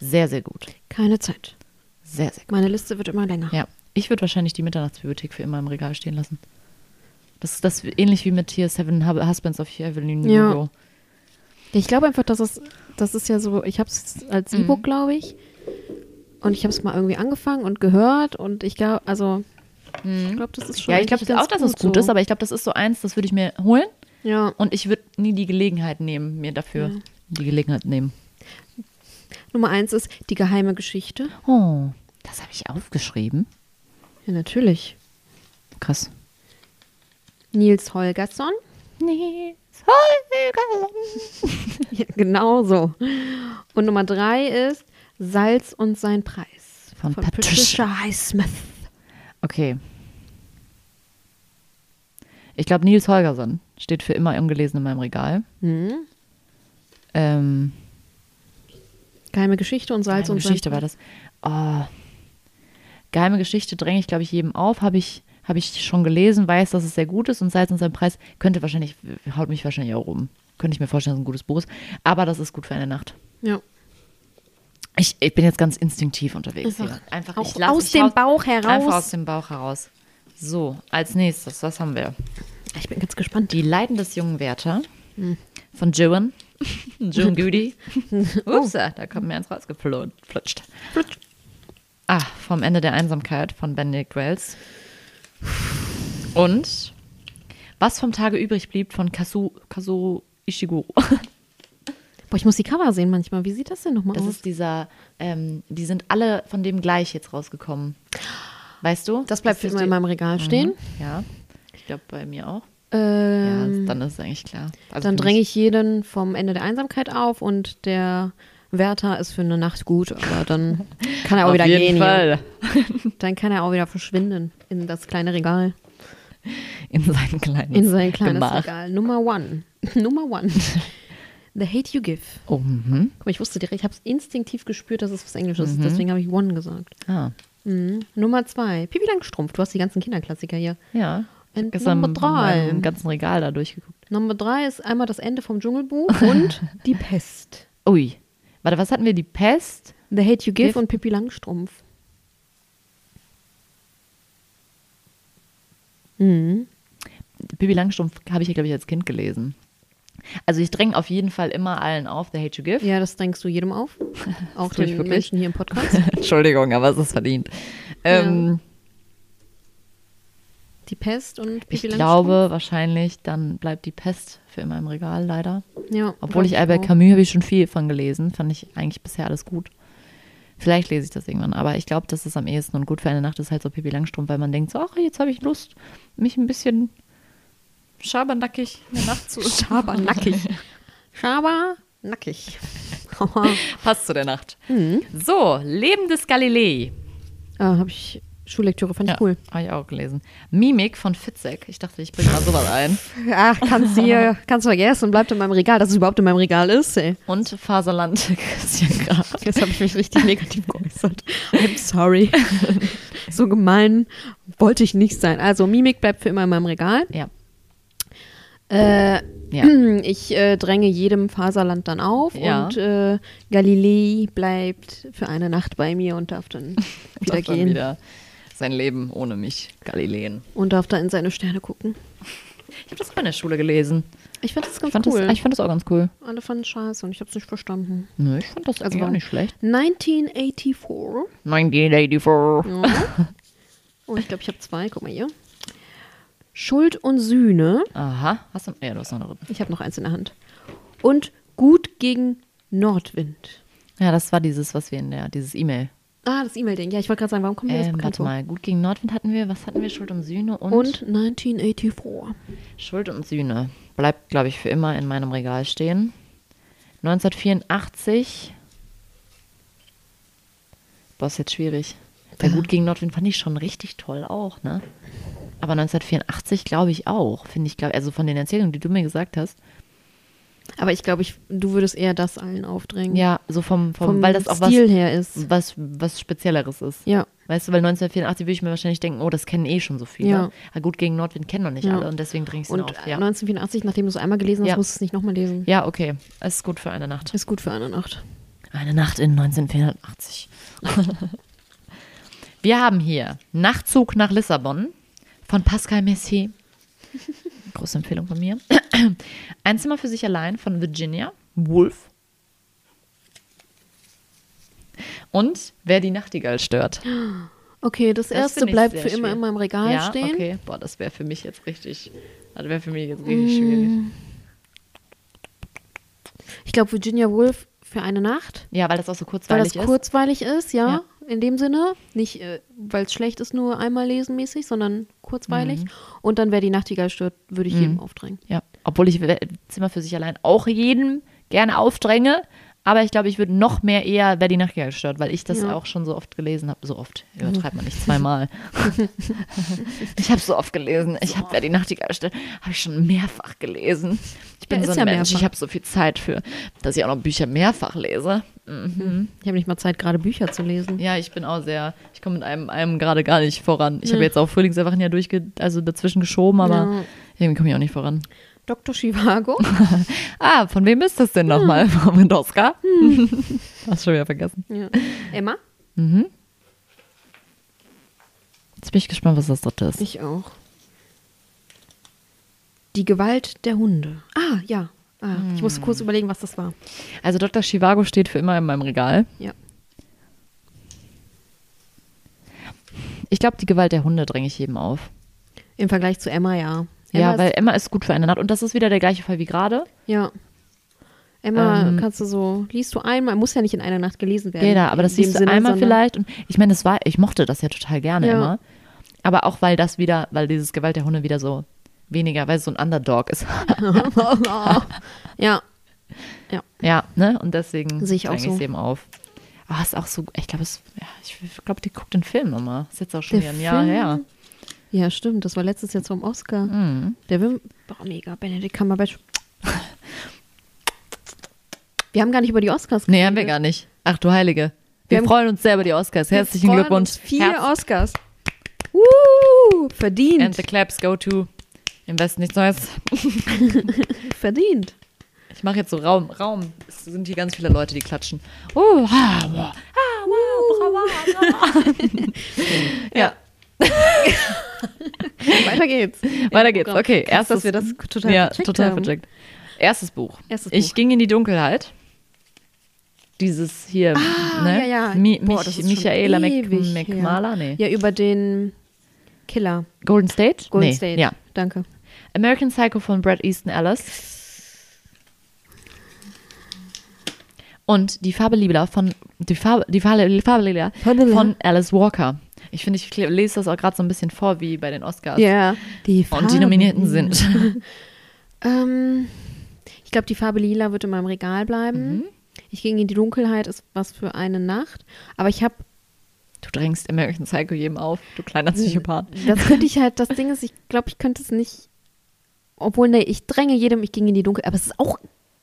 Speaker 2: Sehr, sehr gut.
Speaker 1: Keine Zeit.
Speaker 2: Sehr, sehr gut.
Speaker 1: Meine Liste wird immer länger.
Speaker 2: Ja, ich würde wahrscheinlich die Mitternachtsbibliothek für immer im Regal stehen lassen. Das ist das ähnlich wie mit hier Seven Hub- Husbands of Evelyn
Speaker 1: Ja.
Speaker 2: Hugo.
Speaker 1: Ich glaube einfach, dass es, das ist ja so, ich habe es als
Speaker 2: Mhm.
Speaker 1: E-Book, glaube ich. Und ich habe es mal irgendwie angefangen und gehört und ich glaube, also, ich glaube, das ist schon.
Speaker 2: Mhm. Ja, ich glaube
Speaker 1: eigentlich
Speaker 2: auch, dass
Speaker 1: ganz
Speaker 2: es gut
Speaker 1: so.
Speaker 2: ist, aber ich glaube, das ist so eins, das würde ich mir holen
Speaker 1: Ja,
Speaker 2: und ich würde nie die Gelegenheit nehmen, mir dafür die Gelegenheit nehmen.
Speaker 1: Nummer eins ist die geheime Geschichte.
Speaker 2: Oh, das habe ich aufgeschrieben.
Speaker 1: Ja, natürlich.
Speaker 2: Krass.
Speaker 1: Nils
Speaker 2: [laughs]
Speaker 1: Holgersson.
Speaker 2: Nee.
Speaker 1: genau so. Und Nummer drei ist Salz und sein Preis.
Speaker 2: Von Patricia.
Speaker 1: Patricia Highsmith.
Speaker 2: Okay. Ich glaube, Nils Holgersson steht für immer ungelesen in meinem Regal.
Speaker 1: Hm.
Speaker 2: Ähm,
Speaker 1: Geheime Geschichte und Salz
Speaker 2: Geheime
Speaker 1: und
Speaker 2: Geschichte
Speaker 1: sein
Speaker 2: war das. Oh. Geheime Geschichte dränge ich, glaube ich, jedem auf. Habe ich, hab ich schon gelesen, weiß, dass es sehr gut ist und Salz und sein Preis könnte wahrscheinlich, haut mich wahrscheinlich auch um. Könnte ich mir vorstellen, dass es ein gutes Buch ist. Aber das ist gut für eine Nacht.
Speaker 1: Ja.
Speaker 2: Ich, ich bin jetzt ganz instinktiv unterwegs.
Speaker 1: Einfach-
Speaker 2: hier. einfach
Speaker 1: auch
Speaker 2: ich lass-
Speaker 1: aus
Speaker 2: ich
Speaker 1: dem
Speaker 2: hau-
Speaker 1: Bauch heraus.
Speaker 2: Einfach aus dem Bauch heraus. So, als nächstes, was haben wir?
Speaker 1: Ich bin ganz gespannt.
Speaker 2: Die Leiden des jungen Werther
Speaker 1: Hm. [laughs]
Speaker 2: von Joan. Joan Goody. Ups, da kommt mir eins rausgeflutscht. Ah, vom Ende der Einsamkeit von Benedict Wells. Und was vom Tage übrig blieb von Kasu, Kasu Ishiguro.
Speaker 1: Boah, ich muss die Cover sehen manchmal. Wie sieht das denn nochmal
Speaker 2: Das
Speaker 1: aus?
Speaker 2: ist dieser, ähm, die sind alle von dem gleich jetzt rausgekommen. Weißt du?
Speaker 1: Das bleibt für
Speaker 2: ist
Speaker 1: immer
Speaker 2: die- Mhm.
Speaker 1: in meinem Regal stehen.
Speaker 2: Ja, ich glaube bei mir auch. Ja,
Speaker 1: Ähm,
Speaker 2: dann ist es eigentlich klar. Also
Speaker 1: dann
Speaker 2: für
Speaker 1: dränge
Speaker 2: mich-
Speaker 1: ich jeden vom Ende der Einsamkeit auf und der Wärter ist für eine Nacht gut, aber
Speaker 2: [laughs]
Speaker 1: dann kann er auch
Speaker 2: Auf
Speaker 1: wieder
Speaker 2: jeden
Speaker 1: gehen.
Speaker 2: Fall [laughs]
Speaker 1: Hier. Dann kann er auch wieder verschwinden in das kleine Regal,
Speaker 2: in sein kleines,
Speaker 1: in sein kleines
Speaker 2: Gemach.
Speaker 1: Regal. Nummer one. [laughs] Nummer one. The Hate You Give.
Speaker 2: Oh, mhm.
Speaker 1: Guck mal, ich wusste direkt, ich habe es instinktiv gespürt, dass es was Englisches ist, deswegen habe ich One gesagt.
Speaker 2: ah,
Speaker 1: Mhm. Nummer zwei. Pipi Langstrumpf. Du hast die ganzen Kinderklassiker hier.
Speaker 2: ja. Ich hab
Speaker 1: Und
Speaker 2: gestern
Speaker 1: Nummer drei.
Speaker 2: im ganzen Regal da durchgeguckt.
Speaker 1: Nummer drei ist einmal das Ende vom
Speaker 2: [laughs]
Speaker 1: Dschungelbuch und die Pest.
Speaker 2: Ui. Warte, was hatten wir? Die Pest?
Speaker 1: The Hate You
Speaker 2: Give.
Speaker 1: Give und Pippi Langstrumpf. Mhm.
Speaker 2: Bibi Langstrumpf habe ich ja, glaube ich, als Kind gelesen. Also ich dränge auf jeden Fall immer allen auf, The Hate You Give.
Speaker 1: Ja, das drängst du jedem [laughs] auf. Auch
Speaker 2: tue ich
Speaker 1: den
Speaker 2: wirklich.
Speaker 1: Menschen hier im Podcast.
Speaker 2: [laughs]
Speaker 1: [laughs]
Speaker 2: Entschuldigung, aber es ist verdient. Ähm,
Speaker 1: Die Pest und
Speaker 2: Ich
Speaker 1: Pippi
Speaker 2: glaube wahrscheinlich, dann bleibt die Pest für immer im Regal, leider.
Speaker 1: Langstrumpf. Ja,
Speaker 2: Obwohl
Speaker 1: glaub
Speaker 2: ich Albert
Speaker 1: auch.
Speaker 2: Camus habe ich schon viel von gelesen, fand ich eigentlich bisher alles gut. Vielleicht lese ich das irgendwann, aber ich glaube, das ist am ehesten und gut für eine Nacht ist halt so Pippi Langstrumpf, weil man denkt so, ach, jetzt habe ich Lust, mich ein bisschen schabernackig in der
Speaker 1: [laughs]
Speaker 2: Nacht zu... [laughs]
Speaker 1: Schabernackig. Schabernackig. [laughs] Haha.
Speaker 2: Passt zu der Nacht.
Speaker 1: Mhm.
Speaker 2: So, Leben des Galilei.
Speaker 1: ah, Habe ich Schullektüre, fand ich cool.
Speaker 2: Habe ich auch gelesen. Mimik von Fitzek. Ich dachte, ich bringe mal sowas ein.
Speaker 1: [laughs] Ach, kannst du kannst vergessen, bleibt in meinem Regal, dass es überhaupt in meinem Regal ist. Ey.
Speaker 2: Und Faserland [laughs] Christian Graf.
Speaker 1: Jetzt habe ich mich richtig negativ geäußert. I'm
Speaker 2: [laughs]
Speaker 1: sorry. So gemein wollte ich nicht sein. Also Mimik bleibt für immer in meinem Regal.
Speaker 2: Ja.
Speaker 1: Äh, [clears throat]
Speaker 2: Ja.
Speaker 1: Ich äh, dränge jedem Faserland dann auf
Speaker 2: Ja.
Speaker 1: und äh, Galilei bleibt für eine Nacht bei mir und darf
Speaker 2: [laughs]
Speaker 1: dann wieder
Speaker 2: darf dann
Speaker 1: gehen
Speaker 2: wieder sein Leben ohne mich, Galileen.
Speaker 1: und darf da in seine Sterne gucken.
Speaker 2: Ich habe das auch in der Schule gelesen.
Speaker 1: Ich fand das
Speaker 2: Ich
Speaker 1: ganz
Speaker 2: fand,
Speaker 1: cool.
Speaker 2: das, ich fand das auch ganz cool.
Speaker 1: Alle fanden es scheiße und ich habe es nicht verstanden.
Speaker 2: Nö, ich fand das
Speaker 1: Also
Speaker 2: eigentlich auch
Speaker 1: war-
Speaker 2: nicht schlecht. [laughs]
Speaker 1: 1984
Speaker 2: 1984.
Speaker 1: Oh, ich glaube, ich habe zwei. Guck mal hier. Schuld und Sühne.
Speaker 2: Aha. Hast du, ja, du hast noch eine Rippe.
Speaker 1: Ich habe noch eins in der Hand. Und Gut gegen Nordwind.
Speaker 2: Ja, das war dieses, was wir in der, dieses E-Mail.
Speaker 1: Ah, das E-Mail-Ding. Ja, ich wollte gerade sagen, warum kommt mir das
Speaker 2: Ähm,
Speaker 1: bekannt
Speaker 2: warte
Speaker 1: vor?
Speaker 2: mal, gut gegen Nordwind hatten wir, was hatten wir? Schuld um Sühne und,
Speaker 1: Und 1984.
Speaker 2: Schuld und Sühne. Bleibt, glaube ich, für immer in meinem Regal stehen. 1984. Boah, ist jetzt schwierig. Ja, gut, gegen Nordwind fand ich schon richtig toll auch, ne? Aber 1984 glaube ich auch, finde ich, glaub, also von den Erzählungen, die du mir gesagt hast.
Speaker 1: Aber ich glaube, ich, du würdest eher das allen aufdrängen.
Speaker 2: Ja, so vom, vom,
Speaker 1: Vom
Speaker 2: weil das auch
Speaker 1: Stil
Speaker 2: was,
Speaker 1: her ist.
Speaker 2: was, was Spezielleres ist.
Speaker 1: Ja.
Speaker 2: Weißt du, weil 1984 würde ich mir wahrscheinlich denken, oh, das kennen eh schon so viele.
Speaker 1: Ja.
Speaker 2: Ah, gut, gegen Nordwind kennen noch nicht
Speaker 1: Ja.
Speaker 2: alle und deswegen bringe ich es
Speaker 1: Und äh,
Speaker 2: auf. Ja.
Speaker 1: 1984, nachdem du es einmal gelesen hast,
Speaker 2: Ja.
Speaker 1: musst du es nicht nochmal lesen.
Speaker 2: ja, okay. Es ist gut für eine Nacht.
Speaker 1: Ist gut für eine Nacht.
Speaker 2: Eine Nacht in 1984. [laughs] Wir haben hier Nachtzug nach Lissabon von Pascal Messier. Große Empfehlung von mir. Ein Zimmer für sich allein von Virginia Woolf. Und Wer die Nachtigall stört.
Speaker 1: Okay, das,
Speaker 2: Das
Speaker 1: erste
Speaker 2: finde ich
Speaker 1: bleibt
Speaker 2: sehr
Speaker 1: für immer
Speaker 2: schwer.
Speaker 1: in meinem Regal
Speaker 2: ja,
Speaker 1: stehen.
Speaker 2: okay. Boah, das wäre für mich jetzt richtig, das wäre für mich jetzt richtig schwierig.
Speaker 1: Ich glaube, Virginia Woolf für eine Nacht,
Speaker 2: Ja, weil das auch so
Speaker 1: weil
Speaker 2: kurzweilig
Speaker 1: das kurzweilig ist, ja,
Speaker 2: Ja.
Speaker 1: in dem Sinne. Nicht, äh, weil es schlecht ist, nur einmal lesen mäßig, sondern kurzweilig. Und dann, wer die Nachtigall stört, würde ich jedem aufdrängen.
Speaker 2: ist. Ja, obwohl ich We- Zimmer für sich allein auch jedem gerne aufdränge. Aber ich glaube, ich würde noch mehr eher Wer die Nachtigall stört, weil ich das
Speaker 1: Ja.
Speaker 2: auch schon so oft gelesen habe. So oft, übertreibt man nicht
Speaker 1: [laughs]
Speaker 2: zweimal. ich habe so oft gelesen. Ich habe Wer die Nachtigall stört, habe ich schon mehrfach gelesen. Ich bin
Speaker 1: Ja,
Speaker 2: so
Speaker 1: ist
Speaker 2: ein
Speaker 1: ja
Speaker 2: Mensch,
Speaker 1: mehrfach.
Speaker 2: ich habe so viel Zeit für, dass ich auch noch Bücher mehrfach lese.
Speaker 1: Ich habe nicht mal Zeit, gerade Bücher zu lesen.
Speaker 2: Ja, ich bin auch sehr, ich komme mit einem, einem gerade gar nicht voran. Ich habe jetzt auch Frühlingserwachen ja durchge, also dazwischen geschoben, aber
Speaker 1: Hm. Ja.
Speaker 2: irgendwie komme ich auch nicht voran.
Speaker 1: Dr. Chivago. [laughs]
Speaker 2: Ah, von wem ist das denn nochmal?
Speaker 1: Hm.
Speaker 2: Von Mendoska? [laughs] Hast schon wieder vergessen.
Speaker 1: ja. Emma?
Speaker 2: Jetzt bin ich gespannt, was das dort ist.
Speaker 1: Ich auch. Die Gewalt der Hunde. Ah, ja. Ah, Ich musste kurz überlegen, was das war.
Speaker 2: Also Dr. Chivago steht für immer in meinem Regal.
Speaker 1: Ja.
Speaker 2: Ich glaube, die Gewalt der Hunde dränge ich jedem auf.
Speaker 1: Im Vergleich zu Emma, ja. Emma
Speaker 2: Ja, weil
Speaker 1: Ist,
Speaker 2: Emma ist gut für eine Nacht. Und das ist wieder der gleiche Fall wie gerade.
Speaker 1: ja. Emma kannst du so, liest du einmal, muss ja nicht in einer Nacht gelesen werden.
Speaker 2: Genau, aber das
Speaker 1: in dem
Speaker 2: siehst du
Speaker 1: Sinne,
Speaker 2: einmal
Speaker 1: sondern-
Speaker 2: vielleicht. Und ich meine, das war, ich mochte das ja total gerne
Speaker 1: Ja.
Speaker 2: immer. Aber auch weil das wieder, weil dieses Gewalt der Hunde wieder so weniger, weil es so ein Underdog ist. [laughs]
Speaker 1: [laughs] Ja. Ja.
Speaker 2: ja, ne? Und deswegen
Speaker 1: Sehe ich auch
Speaker 2: dränge
Speaker 1: so.
Speaker 2: es eben auf. Ah, ist auch so, ich glaube, es, ja, ich glaube, die guckt den Film nochmal. Ist jetzt auch schon
Speaker 1: Der
Speaker 2: wieder ein Jahr
Speaker 1: Film?
Speaker 2: her.
Speaker 1: Ja, stimmt. Das war letztes Jahr zum Oscar.
Speaker 2: Mhm.
Speaker 1: Der Film, boah, mega, Benedict Cumberbatch. Wir haben gar nicht über die Oscars
Speaker 2: Nee, haben wir gar nicht. Ach du Heilige.
Speaker 1: Wir
Speaker 2: Wir,
Speaker 1: haben-
Speaker 2: freuen uns sehr über die Oscars. Herzlichen
Speaker 1: Wir freuen
Speaker 2: Glückwunsch.
Speaker 1: uns. Vier
Speaker 2: Herz-
Speaker 1: Oscars. Uh,
Speaker 2: And
Speaker 1: verdient.
Speaker 2: the claps go to. Im Westen nichts Neues.
Speaker 1: verdient.
Speaker 2: Ich mache jetzt so Raum. Raum. Es sind hier ganz viele Leute, die klatschen. Oh, ah, wow. Ah, wow, bravo, bravo. ja,
Speaker 1: Weiter geht's.
Speaker 2: [laughs] weiter geht's.
Speaker 1: Programm.
Speaker 2: Okay,
Speaker 1: Krass,
Speaker 2: erstes.
Speaker 1: dass wir das total
Speaker 2: ja,
Speaker 1: vercheckt
Speaker 2: total
Speaker 1: haben.
Speaker 2: vercheckt. Erstes Buch.
Speaker 1: Erstes
Speaker 2: ich
Speaker 1: Buch.
Speaker 2: ging in die Dunkelheit. Dieses hier, ne?
Speaker 1: Ah, Ja, ja.
Speaker 2: Mi
Speaker 1: Boah,
Speaker 2: Mich-
Speaker 1: das ist schon
Speaker 2: Michaela Mac
Speaker 1: ewig her.
Speaker 2: McMala, nee.
Speaker 1: Ja, über den Killer.
Speaker 2: Golden State?
Speaker 1: Golden
Speaker 2: nee.
Speaker 1: State.
Speaker 2: Ja,
Speaker 1: Danke.
Speaker 2: American Psycho von Brad Easton Ellis. Und Die Farbe Lila von Die Farbe, die Farbe, die Farbe Lila
Speaker 1: Lila.
Speaker 2: von Alice Walker. Ich finde, ich lese das auch gerade so ein bisschen vor wie bei den Oscars.
Speaker 1: Ja. Die
Speaker 2: Also Und die Nominierten sind. [laughs]
Speaker 1: Ähm, ich glaube, die Farbe lila wird in meinem Regal bleiben. Ich ging in die Dunkelheit, ist was für eine Nacht. Aber ich habe,
Speaker 2: Du drängst American Psycho jedem auf, du kleiner Psychopath.
Speaker 1: das könnte ich halt, das Ding ist, ich glaube, ich könnte es nicht. Obwohl, nee, ich dränge jedem, ich ging in die Dunkelheit. Aber es ist auch,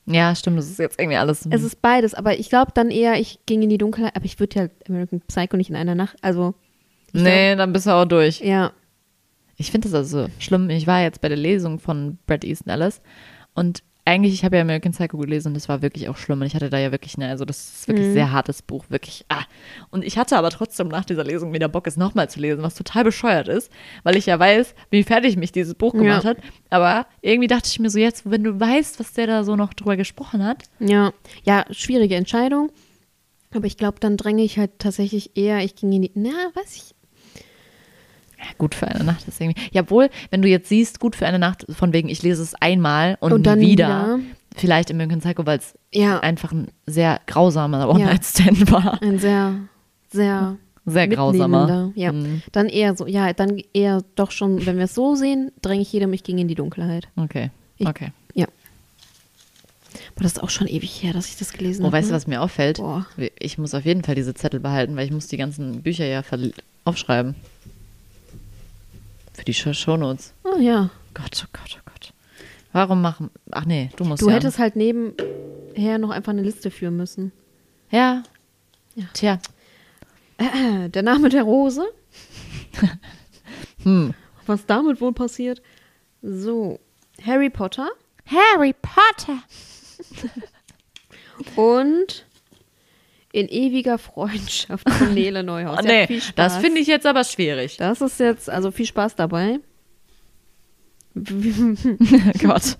Speaker 2: Ja, stimmt, das ist jetzt irgendwie alles.
Speaker 1: es ist beides. Aber ich glaube dann eher, ich ging in die Dunkelheit. Aber ich würde ja American Psycho nicht in einer Nacht. Also,
Speaker 2: nee, dann bist du auch durch.
Speaker 1: ja.
Speaker 2: Ich finde das also schlimm. Ich war jetzt bei der Lesung von Brad Easton Ellis und eigentlich, ich habe ja American Psycho gelesen und das war wirklich auch schlimm. Und ich hatte da ja wirklich, ne, also das ist
Speaker 1: Mhm.
Speaker 2: wirklich ein sehr hartes Buch, wirklich. Ah. Und ich hatte aber trotzdem nach dieser Lesung wieder Bock, es nochmal zu lesen, was total bescheuert ist, weil ich ja weiß, wie fertig mich dieses Buch gemacht
Speaker 1: Ja.
Speaker 2: hat. Aber irgendwie dachte ich mir so, jetzt, wenn du weißt, was der da so noch drüber gesprochen hat,
Speaker 1: Ja, ja, schwierige Entscheidung. Aber ich glaube, dann dränge ich halt tatsächlich eher, ich ging in die. Na, weiß ich.
Speaker 2: Ja, gut für eine Nacht ist irgendwie. Ja, obwohl, wenn du jetzt siehst, gut für eine Nacht, von wegen, ich lese es einmal und,
Speaker 1: Und dann
Speaker 2: nie
Speaker 1: nie
Speaker 2: wieder.
Speaker 1: wieder.
Speaker 2: Vielleicht im München Psycho, weil es
Speaker 1: Ja.
Speaker 2: einfach ein sehr grausamer One-Night-Stand [laughs] war.
Speaker 1: Ein sehr, sehr.
Speaker 2: Sehr grausamer. Mhm.
Speaker 1: mitnehmender, Ja, dann eher so, ja, dann eher doch schon, wenn wir es so sehen, dränge ich jedem, ich ging in die Dunkelheit.
Speaker 2: Okay,
Speaker 1: Ich-
Speaker 2: okay.
Speaker 1: Ja. Aber das ist auch schon ewig her, dass ich das gelesen
Speaker 2: Oh,
Speaker 1: habe.
Speaker 2: weißt du,
Speaker 1: ne?
Speaker 2: was mir auffällt?
Speaker 1: Boah.
Speaker 2: Ich muss auf jeden Fall diese Zettel behalten, weil ich muss die ganzen Bücher ja verl- aufschreiben. Für die Show- Shownotes.
Speaker 1: Ah, ja.
Speaker 2: Gott, oh Gott, oh Gott. Warum machen... Ach nee, du musst
Speaker 1: Du
Speaker 2: ja.
Speaker 1: hättest halt nebenher noch einfach eine Liste führen müssen. [clears throat]
Speaker 2: Ja.
Speaker 1: Ja.
Speaker 2: Tja.
Speaker 1: Äh, Der Name der Rose?
Speaker 2: [laughs] Hm.
Speaker 1: Was damit wohl passiert? So, Harry Potter
Speaker 2: Harry Potter.
Speaker 1: und in ewiger Freundschaft
Speaker 2: [laughs]
Speaker 1: von Nele Neuhaus.
Speaker 2: Oh,
Speaker 1: Ja,
Speaker 2: nee,
Speaker 1: viel Spaß.
Speaker 2: das finde ich jetzt aber schwierig.
Speaker 1: Das ist jetzt, also viel Spaß dabei.
Speaker 2: [laughs] Gott.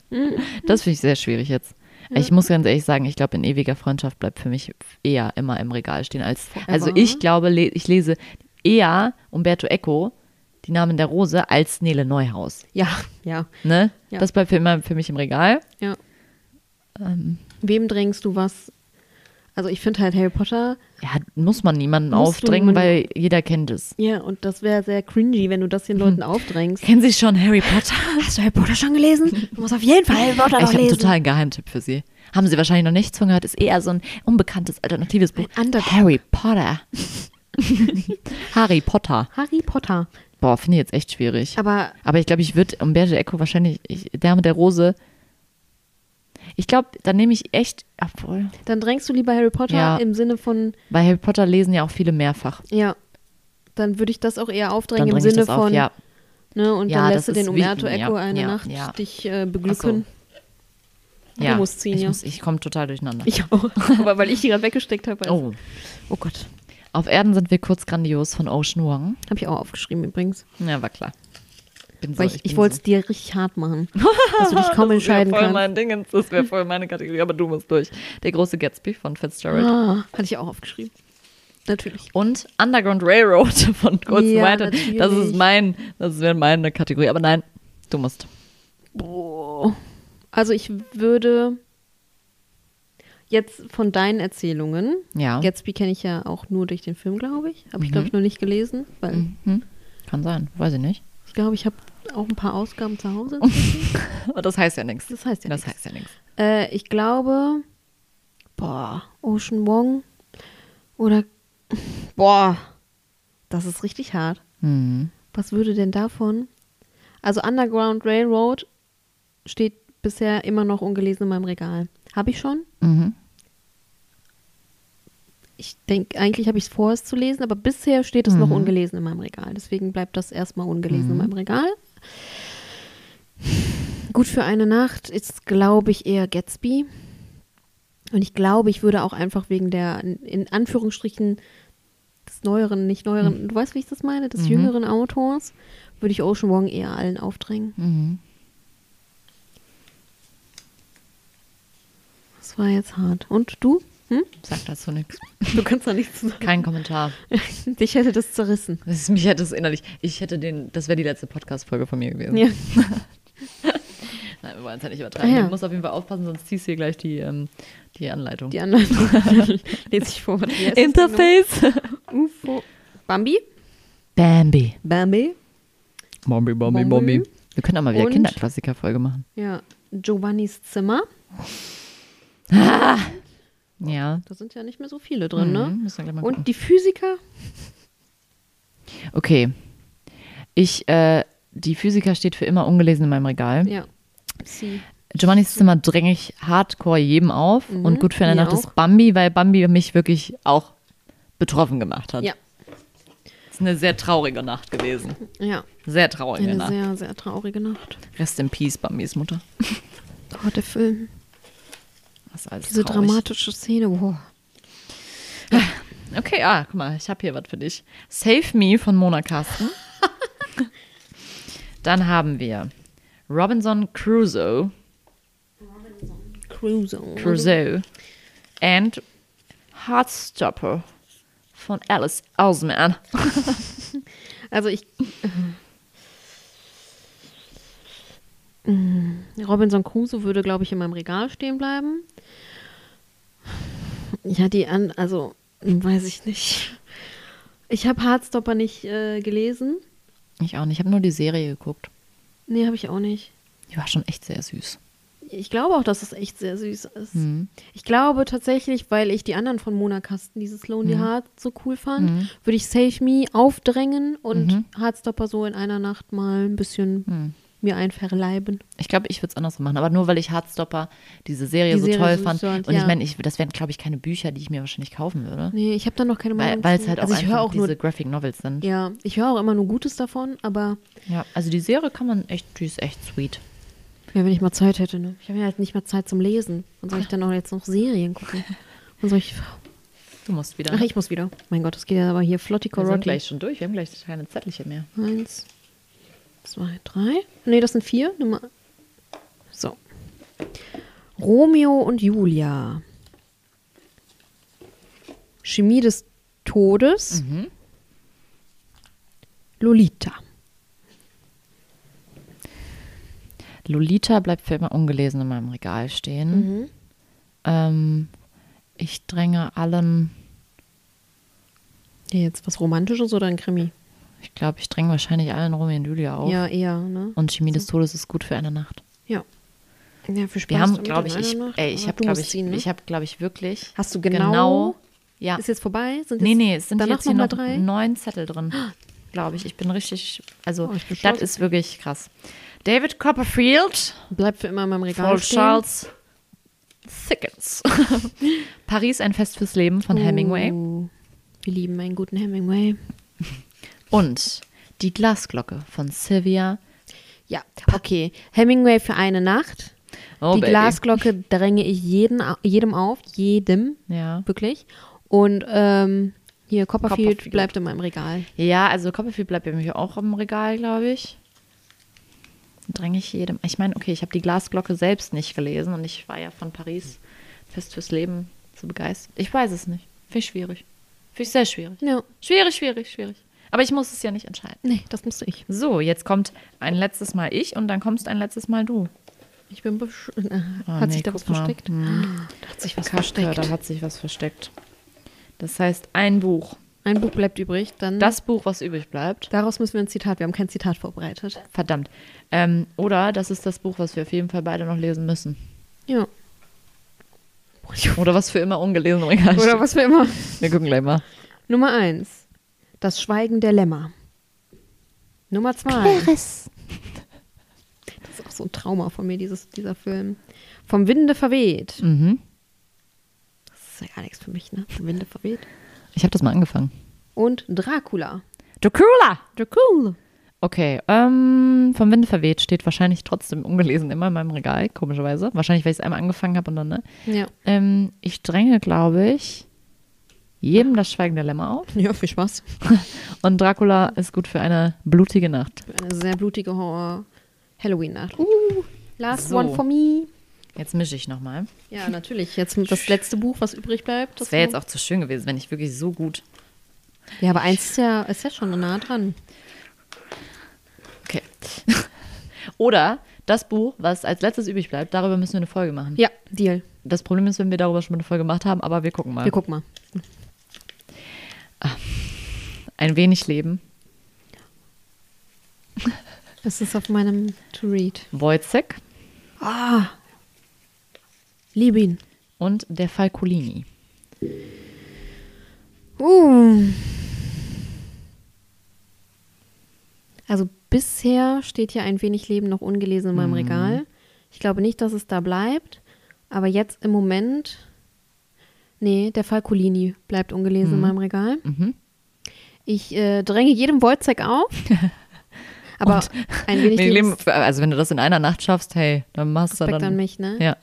Speaker 2: Das finde ich sehr schwierig jetzt. Ich muss ganz ehrlich sagen, ich glaube, in ewiger Freundschaft bleibt für mich eher immer im Regal stehen als. Also ich glaube, le ich lese eher Umberto Eco, die Namen der Rose, als Nele Neuhaus.
Speaker 1: Ja, ja,
Speaker 2: Ne?
Speaker 1: Ja.
Speaker 2: Das bleibt für immer für mich im Regal.
Speaker 1: ja.
Speaker 2: Ähm,
Speaker 1: Wem drängst du was? Also ich finde halt Harry Potter,
Speaker 2: ja, muss man niemanden
Speaker 1: Musst du
Speaker 2: aufdrängen,
Speaker 1: man-
Speaker 2: weil jeder kennt es.
Speaker 1: ja, und das wäre sehr cringy, wenn du das den Leuten
Speaker 2: [laughs]
Speaker 1: aufdrängst.
Speaker 2: Kennen Sie schon
Speaker 1: [laughs]
Speaker 2: Harry Potter?
Speaker 1: Hast du Harry Potter schon gelesen? Du musst auf jeden Fall Harry [laughs] Potter
Speaker 2: ich habe einen totalen Geheimtipp für Sie. Haben Sie wahrscheinlich noch nichts von gehört? Ist eher so ein unbekanntes alternatives Buch.
Speaker 1: Ein Underdog.
Speaker 2: Harry Potter. [laughs] Harry Potter.
Speaker 1: Harry Potter.
Speaker 2: Boah, finde ich jetzt echt schwierig.
Speaker 1: Aber
Speaker 2: Aber ich glaube, ich würde Umberto Eco wahrscheinlich, ich, Dame der Rose. Ich glaube, dann nehme ich echt, obwohl,
Speaker 1: dann drängst du lieber Harry Potter
Speaker 2: Ja.
Speaker 1: im Sinne von,
Speaker 2: bei Harry Potter lesen ja auch viele mehrfach.
Speaker 1: ja, dann würde ich das auch eher
Speaker 2: Dann
Speaker 1: aufdrängen im
Speaker 2: bringe ich
Speaker 1: Sinne
Speaker 2: das auf,
Speaker 1: von,
Speaker 2: ja.
Speaker 1: ne, und
Speaker 2: Ja,
Speaker 1: dann lässt
Speaker 2: das
Speaker 1: du den
Speaker 2: ist
Speaker 1: Umberto
Speaker 2: wie- ja,
Speaker 1: Eco eine
Speaker 2: ja,
Speaker 1: Nacht
Speaker 2: ja.
Speaker 1: dich äh,
Speaker 2: Ach
Speaker 1: beglücken. [laughs]
Speaker 2: ja.
Speaker 1: musst ziehen,
Speaker 2: ich
Speaker 1: ja.
Speaker 2: muss- ich komme total durcheinander.
Speaker 1: Ich auch, aber weil ich die gerade weggesteckt habe.
Speaker 2: oh.
Speaker 1: oh Gott,
Speaker 2: Auf Erden sind wir kurz grandios von Ocean Wong.
Speaker 1: habe ich auch aufgeschrieben übrigens.
Speaker 2: Ja, war klar. Bin so,
Speaker 1: Weil ich, ich
Speaker 2: bin
Speaker 1: wollte
Speaker 2: so.
Speaker 1: es dir richtig hart
Speaker 2: [laughs]
Speaker 1: machen, dass du dich kaum entscheiden
Speaker 2: Das wäre voll
Speaker 1: kannst.
Speaker 2: mein Ding, das wäre voll meine Kategorie, aber du musst durch. Der große Gatsby von Fitzgerald.
Speaker 1: Ah, hatte ich auch aufgeschrieben. Natürlich.
Speaker 2: Und Underground Railroad [laughs] von Golden
Speaker 1: Ja,
Speaker 2: Weiter. Das ist
Speaker 1: natürlich.
Speaker 2: mein, das wäre meine Kategorie. Aber nein, du musst.
Speaker 1: Boah. Also ich würde jetzt von deinen Erzählungen,
Speaker 2: Ja. Mhm.
Speaker 1: Gatsby kenne ich ja auch nur durch den Film, glaube ich. Habe ich, glaube ich, noch nicht gelesen, weil
Speaker 2: Hm? Kann sein, weiß ich nicht.
Speaker 1: ich glaube, ich habe auch ein paar Ausgaben zu
Speaker 2: [laughs]
Speaker 1: Hause.
Speaker 2: Aber das heißt ja nichts.
Speaker 1: Das heißt ja
Speaker 2: Das
Speaker 1: nichts.
Speaker 2: heißt ja nichts.
Speaker 1: Äh, ich glaube, boah, Ocean Wong oder, boah, das ist richtig hart.
Speaker 2: Hm.
Speaker 1: Was würde denn davon? Also Underground Railroad steht bisher immer noch ungelesen in meinem Regal. Habe ich schon?
Speaker 2: Mhm.
Speaker 1: Ich denke, eigentlich habe ich es vor, es zu lesen, aber bisher steht es noch ungelesen in meinem Regal. Deswegen bleibt das erstmal ungelesen in meinem Regal. Gut für eine Nacht ist, glaube ich, eher Gatsby. Und ich glaube, ich würde auch einfach wegen der, in Anführungsstrichen, des neueren, nicht neueren, du weißt, wie ich das meine, des jüngeren Autors, würde ich Ocean Wong eher allen aufdrängen.
Speaker 2: Mhm.
Speaker 1: Das war jetzt hart. Und du? Hm?
Speaker 2: Sag dazu nichts.
Speaker 1: Du kannst da nichts zu sagen.
Speaker 2: Kein Kommentar.
Speaker 1: [laughs] Dich hätte das zerrissen.
Speaker 2: Das ist, mich hätte es innerlich. Ich hätte den. Das wäre die letzte Podcast-Folge von mir gewesen.
Speaker 1: Ja.
Speaker 2: Nein, wir wollen es ja nicht übertreiben.
Speaker 1: Ah, ja.
Speaker 2: Du musst auf jeden Fall aufpassen, sonst ziehst du hier gleich die, ähm, die Anleitung.
Speaker 1: Die anderen [laughs] lese ich vor. Wie heißt das denn noch?
Speaker 2: [laughs]
Speaker 1: UFO. Bambi?
Speaker 2: Bambi.
Speaker 1: Bambi?
Speaker 2: Bambi,
Speaker 1: Bambi.
Speaker 2: Bambi, Bambi. Wir können auch mal wieder
Speaker 1: Und-
Speaker 2: Kinderklassiker-Folge machen.
Speaker 1: Ja. Giovannis Zimmer.
Speaker 2: Ja.
Speaker 1: Da sind ja nicht mehr so viele drin,
Speaker 2: Mhm,
Speaker 1: ne?
Speaker 2: müssen wir gleich mal gucken.
Speaker 1: Und die Physiker?
Speaker 2: Okay. Ich, äh, die Physiker steht für immer ungelesen in meinem Regal.
Speaker 1: Ja. Sie.
Speaker 2: Giovannis Zimmer dränge ich hardcore jedem auf. und gut für eine
Speaker 1: Mhm. mir
Speaker 2: Nacht
Speaker 1: auch.
Speaker 2: ist Bambi, weil Bambi mich wirklich auch betroffen gemacht hat.
Speaker 1: Ja.
Speaker 2: Es ist eine sehr traurige Nacht gewesen.
Speaker 1: Ja.
Speaker 2: Sehr traurige
Speaker 1: Eine
Speaker 2: Nacht.
Speaker 1: sehr, sehr traurige Nacht.
Speaker 2: Rest in Peace, Bambis Mutter.
Speaker 1: Oh, der Film.
Speaker 2: Das ist alles
Speaker 1: Diese
Speaker 2: traurig.
Speaker 1: dramatische Szene. Boah.
Speaker 2: Okay, ah, guck mal, ich habe hier was für dich. Save Me von Mona
Speaker 1: [laughs]
Speaker 2: Carsten. Dann haben wir Robinson Crusoe.
Speaker 1: Cruiser.
Speaker 2: Crusoe. And Heartstopper von Alice Osman.
Speaker 1: Also ich. Mm, Robinson Crusoe würde, glaube ich, in meinem Regal stehen bleiben. Ja, die an, also mm, weiß ich nicht. Ich habe Hardstopper nicht äh, gelesen.
Speaker 2: Ich auch nicht, ich habe nur die Serie geguckt.
Speaker 1: Nee, habe ich auch nicht.
Speaker 2: Die war schon echt sehr süß.
Speaker 1: Ich glaube auch, dass es echt sehr süß ist.
Speaker 2: Hm.
Speaker 1: Ich glaube tatsächlich, weil ich die anderen von Mona Kasten, dieses Lonely
Speaker 2: Hm.
Speaker 1: Heart, so cool fand, würde ich Save Me aufdrängen und
Speaker 2: Mhm.
Speaker 1: Heartstopper so in einer Nacht mal ein bisschen
Speaker 2: Hm.
Speaker 1: mir einverleiben.
Speaker 2: Ich glaube, ich würde es andersrum machen, aber nur weil ich Hardstopper diese Serie
Speaker 1: Die
Speaker 2: so
Speaker 1: Serie
Speaker 2: toll
Speaker 1: so
Speaker 2: fand.
Speaker 1: süß fand,
Speaker 2: und
Speaker 1: ja.
Speaker 2: ich meine, ich, das wären, glaube ich, keine Bücher, die ich mir wahrscheinlich kaufen würde.
Speaker 1: Nee, ich habe da noch keine Meinung.
Speaker 2: Weil weil es
Speaker 1: zu.
Speaker 2: halt auch,
Speaker 1: also ich höre
Speaker 2: einfach
Speaker 1: auch
Speaker 2: diese
Speaker 1: nur,
Speaker 2: Graphic Novels sind. Ja.
Speaker 1: ja, ich höre auch immer nur Gutes davon, aber
Speaker 2: also die Serie kann man echt, die ist echt sweet.
Speaker 1: ja, wenn ich mal Zeit hätte, ne? Ich habe ja halt nicht mehr Zeit zum Lesen. Wann soll ich dann auch jetzt noch Serien
Speaker 2: [laughs]
Speaker 1: gucken? Wann soll ich.
Speaker 2: Du musst wieder.
Speaker 1: Ach, ich muss wieder. Mein Gott, das geht ja aber hier flottico
Speaker 2: wir sind
Speaker 1: rotti.
Speaker 2: gleich schon durch, wir haben gleich keine Zettelchen mehr.
Speaker 1: Eins, zwei, drei. Nee, das sind vier. Nummer. So. Romeo und Julia. Chemie des Todes.
Speaker 2: Mhm.
Speaker 1: Lolita.
Speaker 2: Lolita bleibt für immer ungelesen in meinem Regal stehen.
Speaker 1: Mhm.
Speaker 2: Ähm, ich dränge allen,
Speaker 1: Ja, jetzt was Romantisches oder ein Krimi?
Speaker 2: ich glaube, ich dränge wahrscheinlich allen Romeo und Julia auf.
Speaker 1: Ja, eher, ne?
Speaker 2: Und Chemie des Todes ist gut für eine Nacht.
Speaker 1: Ja. Ja, viel Spaß.
Speaker 2: Wir haben,
Speaker 1: damit in
Speaker 2: glaube ich,
Speaker 1: einer
Speaker 2: ich,
Speaker 1: Nacht,
Speaker 2: ey, ich
Speaker 1: aber
Speaker 2: habe,
Speaker 1: du
Speaker 2: glaube
Speaker 1: musst
Speaker 2: ich,
Speaker 1: ziehen, ne?
Speaker 2: ich habe, glaube ich, wirklich.
Speaker 1: Hast du genau-
Speaker 2: ja.
Speaker 1: Ist jetzt vorbei? Sind jetzt
Speaker 2: nee, nee, es sind
Speaker 1: danach
Speaker 2: jetzt hier
Speaker 1: nochmal
Speaker 2: noch
Speaker 1: drei?
Speaker 2: neun Zettel drin, glaube ich. Ich bin richtig, also,
Speaker 1: Oh, ich bin stolz.
Speaker 2: das ist wirklich krass. David Copperfield,
Speaker 1: Bleibt für immer in meinem Regal
Speaker 2: Paul
Speaker 1: stehen.
Speaker 2: Charles Thickens. [laughs] Paris, ein Fest fürs Leben von Hemingway.
Speaker 1: Oh, wir lieben einen guten Hemingway.
Speaker 2: Und die Glasglocke von Sylvia.
Speaker 1: Ja, okay. Hemingway für eine Nacht.
Speaker 2: Oh,
Speaker 1: die [laughs]
Speaker 2: Baby.
Speaker 1: Glasglocke dränge ich jeden, au- jedem auf, jedem,
Speaker 2: Ja.
Speaker 1: wirklich. Und ähm, hier, Copperfield,
Speaker 2: Copperfield.
Speaker 1: bleibt in meinem Regal.
Speaker 2: Ja, also Copperfield bleibt bei mir auch im Regal, glaube ich. Dränge ich jedem. Ich meine, okay, ich habe die Glasglocke selbst nicht gelesen und ich war ja von Paris fest fürs Leben so begeistert. Ich weiß es nicht. Finde ich schwierig. Finde ich sehr schwierig.
Speaker 1: Ja,
Speaker 2: Schwierig, schwierig, schwierig. Aber ich muss es ja nicht entscheiden.
Speaker 1: nee, das musste ich.
Speaker 2: So, jetzt kommt ein letztes Mal ich und dann kommst ein letztes Mal du.
Speaker 1: Ich bin besch äh,
Speaker 2: Oh,
Speaker 1: Hat
Speaker 2: nee,
Speaker 1: sich da was
Speaker 2: guck mal.
Speaker 1: versteckt?
Speaker 2: Hm.
Speaker 1: Da hat sich was
Speaker 2: Kacke,
Speaker 1: versteckt.
Speaker 2: da hat sich was versteckt. Das heißt, ein Buch.
Speaker 1: Ein Buch bleibt übrig, dann
Speaker 2: Das Buch, was übrig bleibt.
Speaker 1: daraus müssen wir ein Zitat. Wir haben kein Zitat vorbereitet.
Speaker 2: Verdammt. Ähm, oder das ist das Buch, was wir auf jeden Fall beide noch lesen müssen.
Speaker 1: Ja.
Speaker 2: Oder was für immer ungelesen [laughs] im Regal
Speaker 1: Oder
Speaker 2: steht.
Speaker 1: was wir immer.
Speaker 2: Wir gucken gleich mal.
Speaker 1: Nummer eins. Das Schweigen der Lämmer. Nummer zwei. Das ist auch so ein Trauma von mir, dieses, dieser Film. Vom Winde verweht.
Speaker 2: Mhm.
Speaker 1: Das ist ja gar nichts für mich, ne? Vom Winde verweht.
Speaker 2: Ich habe das mal angefangen.
Speaker 1: Und Dracula.
Speaker 2: Dracula!
Speaker 1: Dracula.
Speaker 2: Okay, ähm, vom Winde verweht steht wahrscheinlich trotzdem ungelesen immer in meinem Regal, komischerweise. Wahrscheinlich, weil ich es einmal angefangen habe und dann, ne?
Speaker 1: Ja.
Speaker 2: Ähm, ich dränge, glaube ich, jedem das Schweigen der Lämmer auf. [laughs]
Speaker 1: Ja, viel Spaß.
Speaker 2: Und Dracula ist gut für eine blutige Nacht.
Speaker 1: Eine sehr blutige Horror-Halloween-Nacht. Uh, last
Speaker 2: So.
Speaker 1: one for me.
Speaker 2: Jetzt mische ich nochmal.
Speaker 1: Ja, natürlich. Jetzt das letzte Buch, was übrig bleibt.
Speaker 2: Das wäre jetzt auch zu schön gewesen, wenn ich wirklich so gut.
Speaker 1: Ja, aber eins ist ja, ist ja schon nah dran. [laughs]
Speaker 2: Okay. Oder das Buch, was als letztes übrig bleibt, darüber müssen wir eine Folge machen.
Speaker 1: Ja, Deal.
Speaker 2: Das Problem ist, wenn wir darüber schon mal eine Folge gemacht haben, aber wir gucken mal.
Speaker 1: Wir gucken mal.
Speaker 2: Ein wenig Leben.
Speaker 1: Es ist auf meinem To-Read.
Speaker 2: Wojcik
Speaker 1: Ah. Lieb ihn.
Speaker 2: und der Falcolini.
Speaker 1: Uh. Also bisher steht hier ein wenig Leben noch ungelesen in meinem
Speaker 2: Mhm.
Speaker 1: Regal. Ich glaube nicht, dass es da bleibt. Aber jetzt im Moment. Nee, der Falcolini bleibt ungelesen
Speaker 2: Mhm.
Speaker 1: in meinem Regal. Ich äh, dränge jedem Wojcek
Speaker 2: [laughs]
Speaker 1: auf. Aber ein wenig
Speaker 2: Nee,
Speaker 1: Leben.
Speaker 2: Leben, also wenn du das in einer Nacht schaffst, hey, dann machst du
Speaker 1: Respekt
Speaker 2: dann.
Speaker 1: an mich, ne?
Speaker 2: Ja,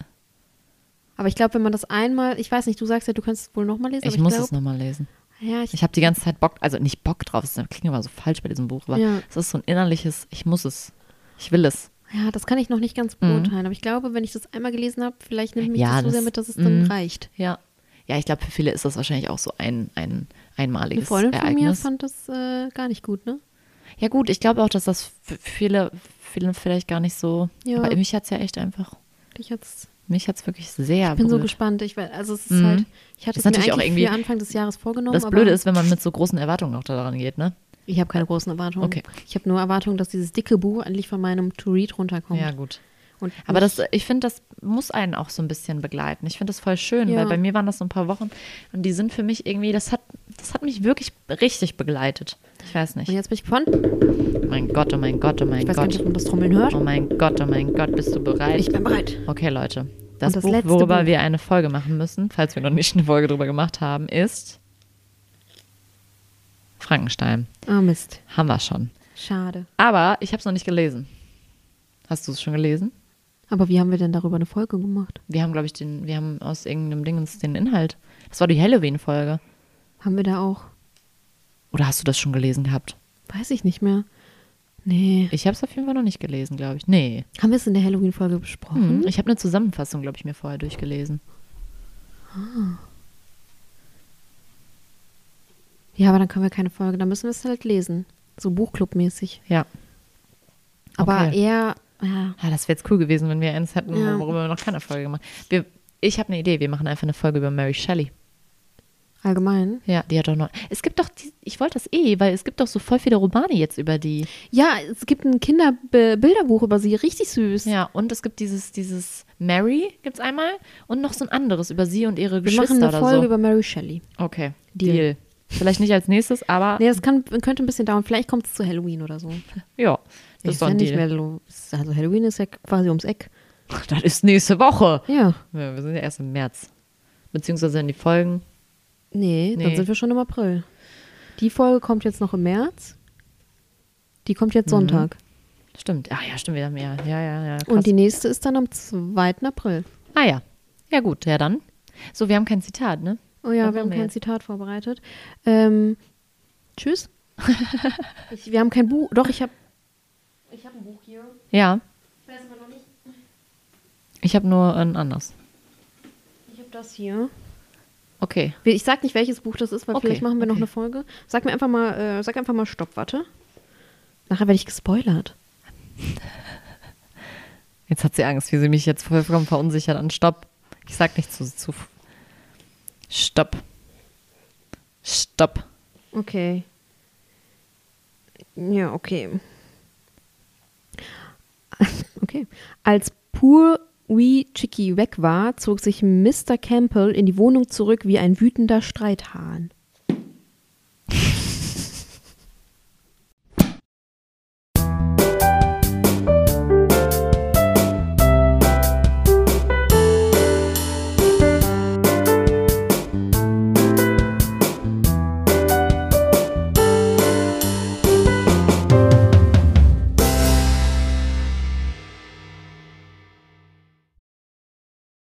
Speaker 1: Aber ich glaube, wenn man das einmal, ich weiß nicht, du sagst ja, du kannst es wohl nochmal lesen,
Speaker 2: ich
Speaker 1: aber
Speaker 2: muss
Speaker 1: ich
Speaker 2: es
Speaker 1: glaube,
Speaker 2: nochmal lesen.
Speaker 1: ja, ich,
Speaker 2: Ich habe die ganze Zeit Bock, also nicht Bock drauf, das klingt aber so falsch bei diesem Buch, aber
Speaker 1: Ja.
Speaker 2: es ist so ein innerliches, ich muss es, ich will es.
Speaker 1: Ja, das kann ich noch nicht ganz beurteilen, aber ich glaube, wenn ich das einmal gelesen habe, vielleicht nimmt mich
Speaker 2: Mhm. Ja,
Speaker 1: das so
Speaker 2: das-
Speaker 1: sehr mit, dass es dann
Speaker 2: mm.
Speaker 1: reicht.
Speaker 2: Ja. Ja, ich glaube, für viele ist das wahrscheinlich auch so ein, ein
Speaker 1: Eine
Speaker 2: einmaliges
Speaker 1: Freundin von mir
Speaker 2: Ereignis.
Speaker 1: fand das äh, gar nicht gut, ne?
Speaker 2: ja, gut, ich glaube auch, dass das für viele, viele vielleicht gar nicht so.
Speaker 1: Ja.
Speaker 2: Aber mich hat es ja echt einfach.
Speaker 1: Ich jetzt
Speaker 2: Mich hat es wirklich sehr
Speaker 1: bin so
Speaker 2: berührt.
Speaker 1: gespannt. Ich weiß, also es ist
Speaker 2: Mhm.
Speaker 1: halt, ich hatte es
Speaker 2: Ist
Speaker 1: mir eigentlich
Speaker 2: natürlich auch irgendwie-
Speaker 1: für Anfang des Jahres vorgenommen.
Speaker 2: Das
Speaker 1: aber
Speaker 2: Blöde ist, wenn man mit so großen Erwartungen noch daran geht, ne?
Speaker 1: ich habe keine großen Erwartungen.
Speaker 2: Okay.
Speaker 1: Ich habe nur Erwartungen, dass dieses dicke Buch endlich von meinem To Read runterkommt.
Speaker 2: Ja, gut.
Speaker 1: Und
Speaker 2: Aber das, ich finde, das muss einen auch so ein bisschen begleiten. Ich finde das voll schön,
Speaker 1: Ja.
Speaker 2: weil bei mir waren das so ein paar Wochen und die sind für mich irgendwie, das hat, das hat mich wirklich richtig begleitet. Ich weiß nicht.
Speaker 1: Und jetzt bin ich gespannt.
Speaker 2: Mein Gott, oh mein Gott, oh mein
Speaker 1: Ich weiß gar nicht,
Speaker 2: Gott.
Speaker 1: ob man das Trommeln hört.
Speaker 2: Oh mein Gott, oh mein Gott, bist du bereit?
Speaker 1: Ich bin bereit.
Speaker 2: okay, Leute. Das,
Speaker 1: Und das
Speaker 2: Buch,
Speaker 1: letzte
Speaker 2: worüber
Speaker 1: Buch.
Speaker 2: wir eine Folge machen müssen, falls wir noch nicht eine Folge drüber gemacht haben, ist Frankenstein.
Speaker 1: Ah, Mist.
Speaker 2: Haben wir schon.
Speaker 1: Schade.
Speaker 2: Aber ich habe es noch nicht gelesen. Hast du es schon gelesen?
Speaker 1: Aber wie haben wir denn darüber eine Folge gemacht?
Speaker 2: Wir haben, glaube ich, den, wir haben aus irgendeinem Ding uns den Inhalt. Das war die Halloween-Folge.
Speaker 1: Haben wir da auch?
Speaker 2: Oder hast du das schon gelesen gehabt?
Speaker 1: Weiß ich nicht mehr. Nee.
Speaker 2: Ich habe es auf jeden Fall noch nicht gelesen, glaube ich. Nee.
Speaker 1: Haben wir es in der Halloween-Folge besprochen?
Speaker 2: Hm. Ich habe eine Zusammenfassung, glaube ich, mir vorher durchgelesen.
Speaker 1: Ja, aber dann können wir keine Folge. Dann müssen wir es halt lesen. So Buchclub-mäßig.
Speaker 2: Ja.
Speaker 1: Aber
Speaker 2: Okay.
Speaker 1: eher, ja,
Speaker 2: Ah, das wäre jetzt cool gewesen, wenn wir eins hätten,
Speaker 1: Ja.
Speaker 2: worüber wir noch keine Folge gemacht haben. Wir, ich habe eine Idee. Wir machen einfach eine Folge über Mary Shelley.
Speaker 1: allgemein.
Speaker 2: Ja, die hat doch noch. Es gibt doch, die, ich wollte das eh, weil es gibt doch so voll viele Romane jetzt über die.
Speaker 1: Ja, es gibt ein Kinderbilderbuch über sie. Richtig süß.
Speaker 2: Ja, und es gibt dieses, dieses Mary, gibt's einmal, und noch so ein anderes über sie und ihre
Speaker 1: wir
Speaker 2: Geschwister
Speaker 1: machen eine
Speaker 2: oder
Speaker 1: Folge
Speaker 2: so.
Speaker 1: über Mary Shelley.
Speaker 2: Okay. Deal.
Speaker 1: Deal.
Speaker 2: Vielleicht nicht als nächstes, aber
Speaker 1: Nee, das kann, könnte ein bisschen dauern. Vielleicht kommt es zu Halloween oder so.
Speaker 2: ja, das
Speaker 1: Ich
Speaker 2: ist doch ein
Speaker 1: nicht
Speaker 2: Deal. [laughs]
Speaker 1: mehr lo- Also Halloween ist ja quasi ums Eck.
Speaker 2: Das ist nächste Woche.
Speaker 1: Ja.
Speaker 2: Ja, wir sind ja erst im März. Beziehungsweise in die Folgen.
Speaker 1: Nee,
Speaker 2: Nee.
Speaker 1: dann sind wir schon im April. Die Folge kommt jetzt noch im März. Die kommt
Speaker 2: Mhm.
Speaker 1: jetzt Sonntag.
Speaker 2: Stimmt. Ach ja, stimmt, wir haben ja. Ja, ja, ja. Krass.
Speaker 1: Und die nächste ist dann am 2. April.
Speaker 2: ah ja. Ja, gut, ja dann. So, wir haben kein Zitat, ne?
Speaker 1: Oh ja,
Speaker 2: Was
Speaker 1: wir
Speaker 2: machen
Speaker 1: haben
Speaker 2: wir
Speaker 1: kein
Speaker 2: jetzt?
Speaker 1: Zitat vorbereitet. Ähm,
Speaker 2: [laughs]
Speaker 1: tschüss. ich, wir haben kein Buch. Doch, ich habe. Ich habe ein Buch hier.
Speaker 2: Ja.
Speaker 1: Ich weiß aber noch nicht.
Speaker 2: Ich habe nur ein anderes.
Speaker 1: Ich habe das hier.
Speaker 2: Okay.
Speaker 1: Ich sag nicht, welches Buch das ist, weil
Speaker 2: Okay,
Speaker 1: vielleicht machen wir noch
Speaker 2: okay.
Speaker 1: eine Folge. Sag mir einfach mal, äh, sag einfach mal Stopp, warte. Nachher werde ich gespoilert.
Speaker 2: Jetzt hat sie Angst, wie sie mich jetzt vollkommen verunsichert an. Stopp. Ich sag nichts zu. zu. Stopp. Stopp.
Speaker 1: Okay. Ja, okay. [laughs] okay. Als Pur Wee Chicky weg war, zog sich Mr. Campbell in die Wohnung zurück wie ein wütender Streithahn.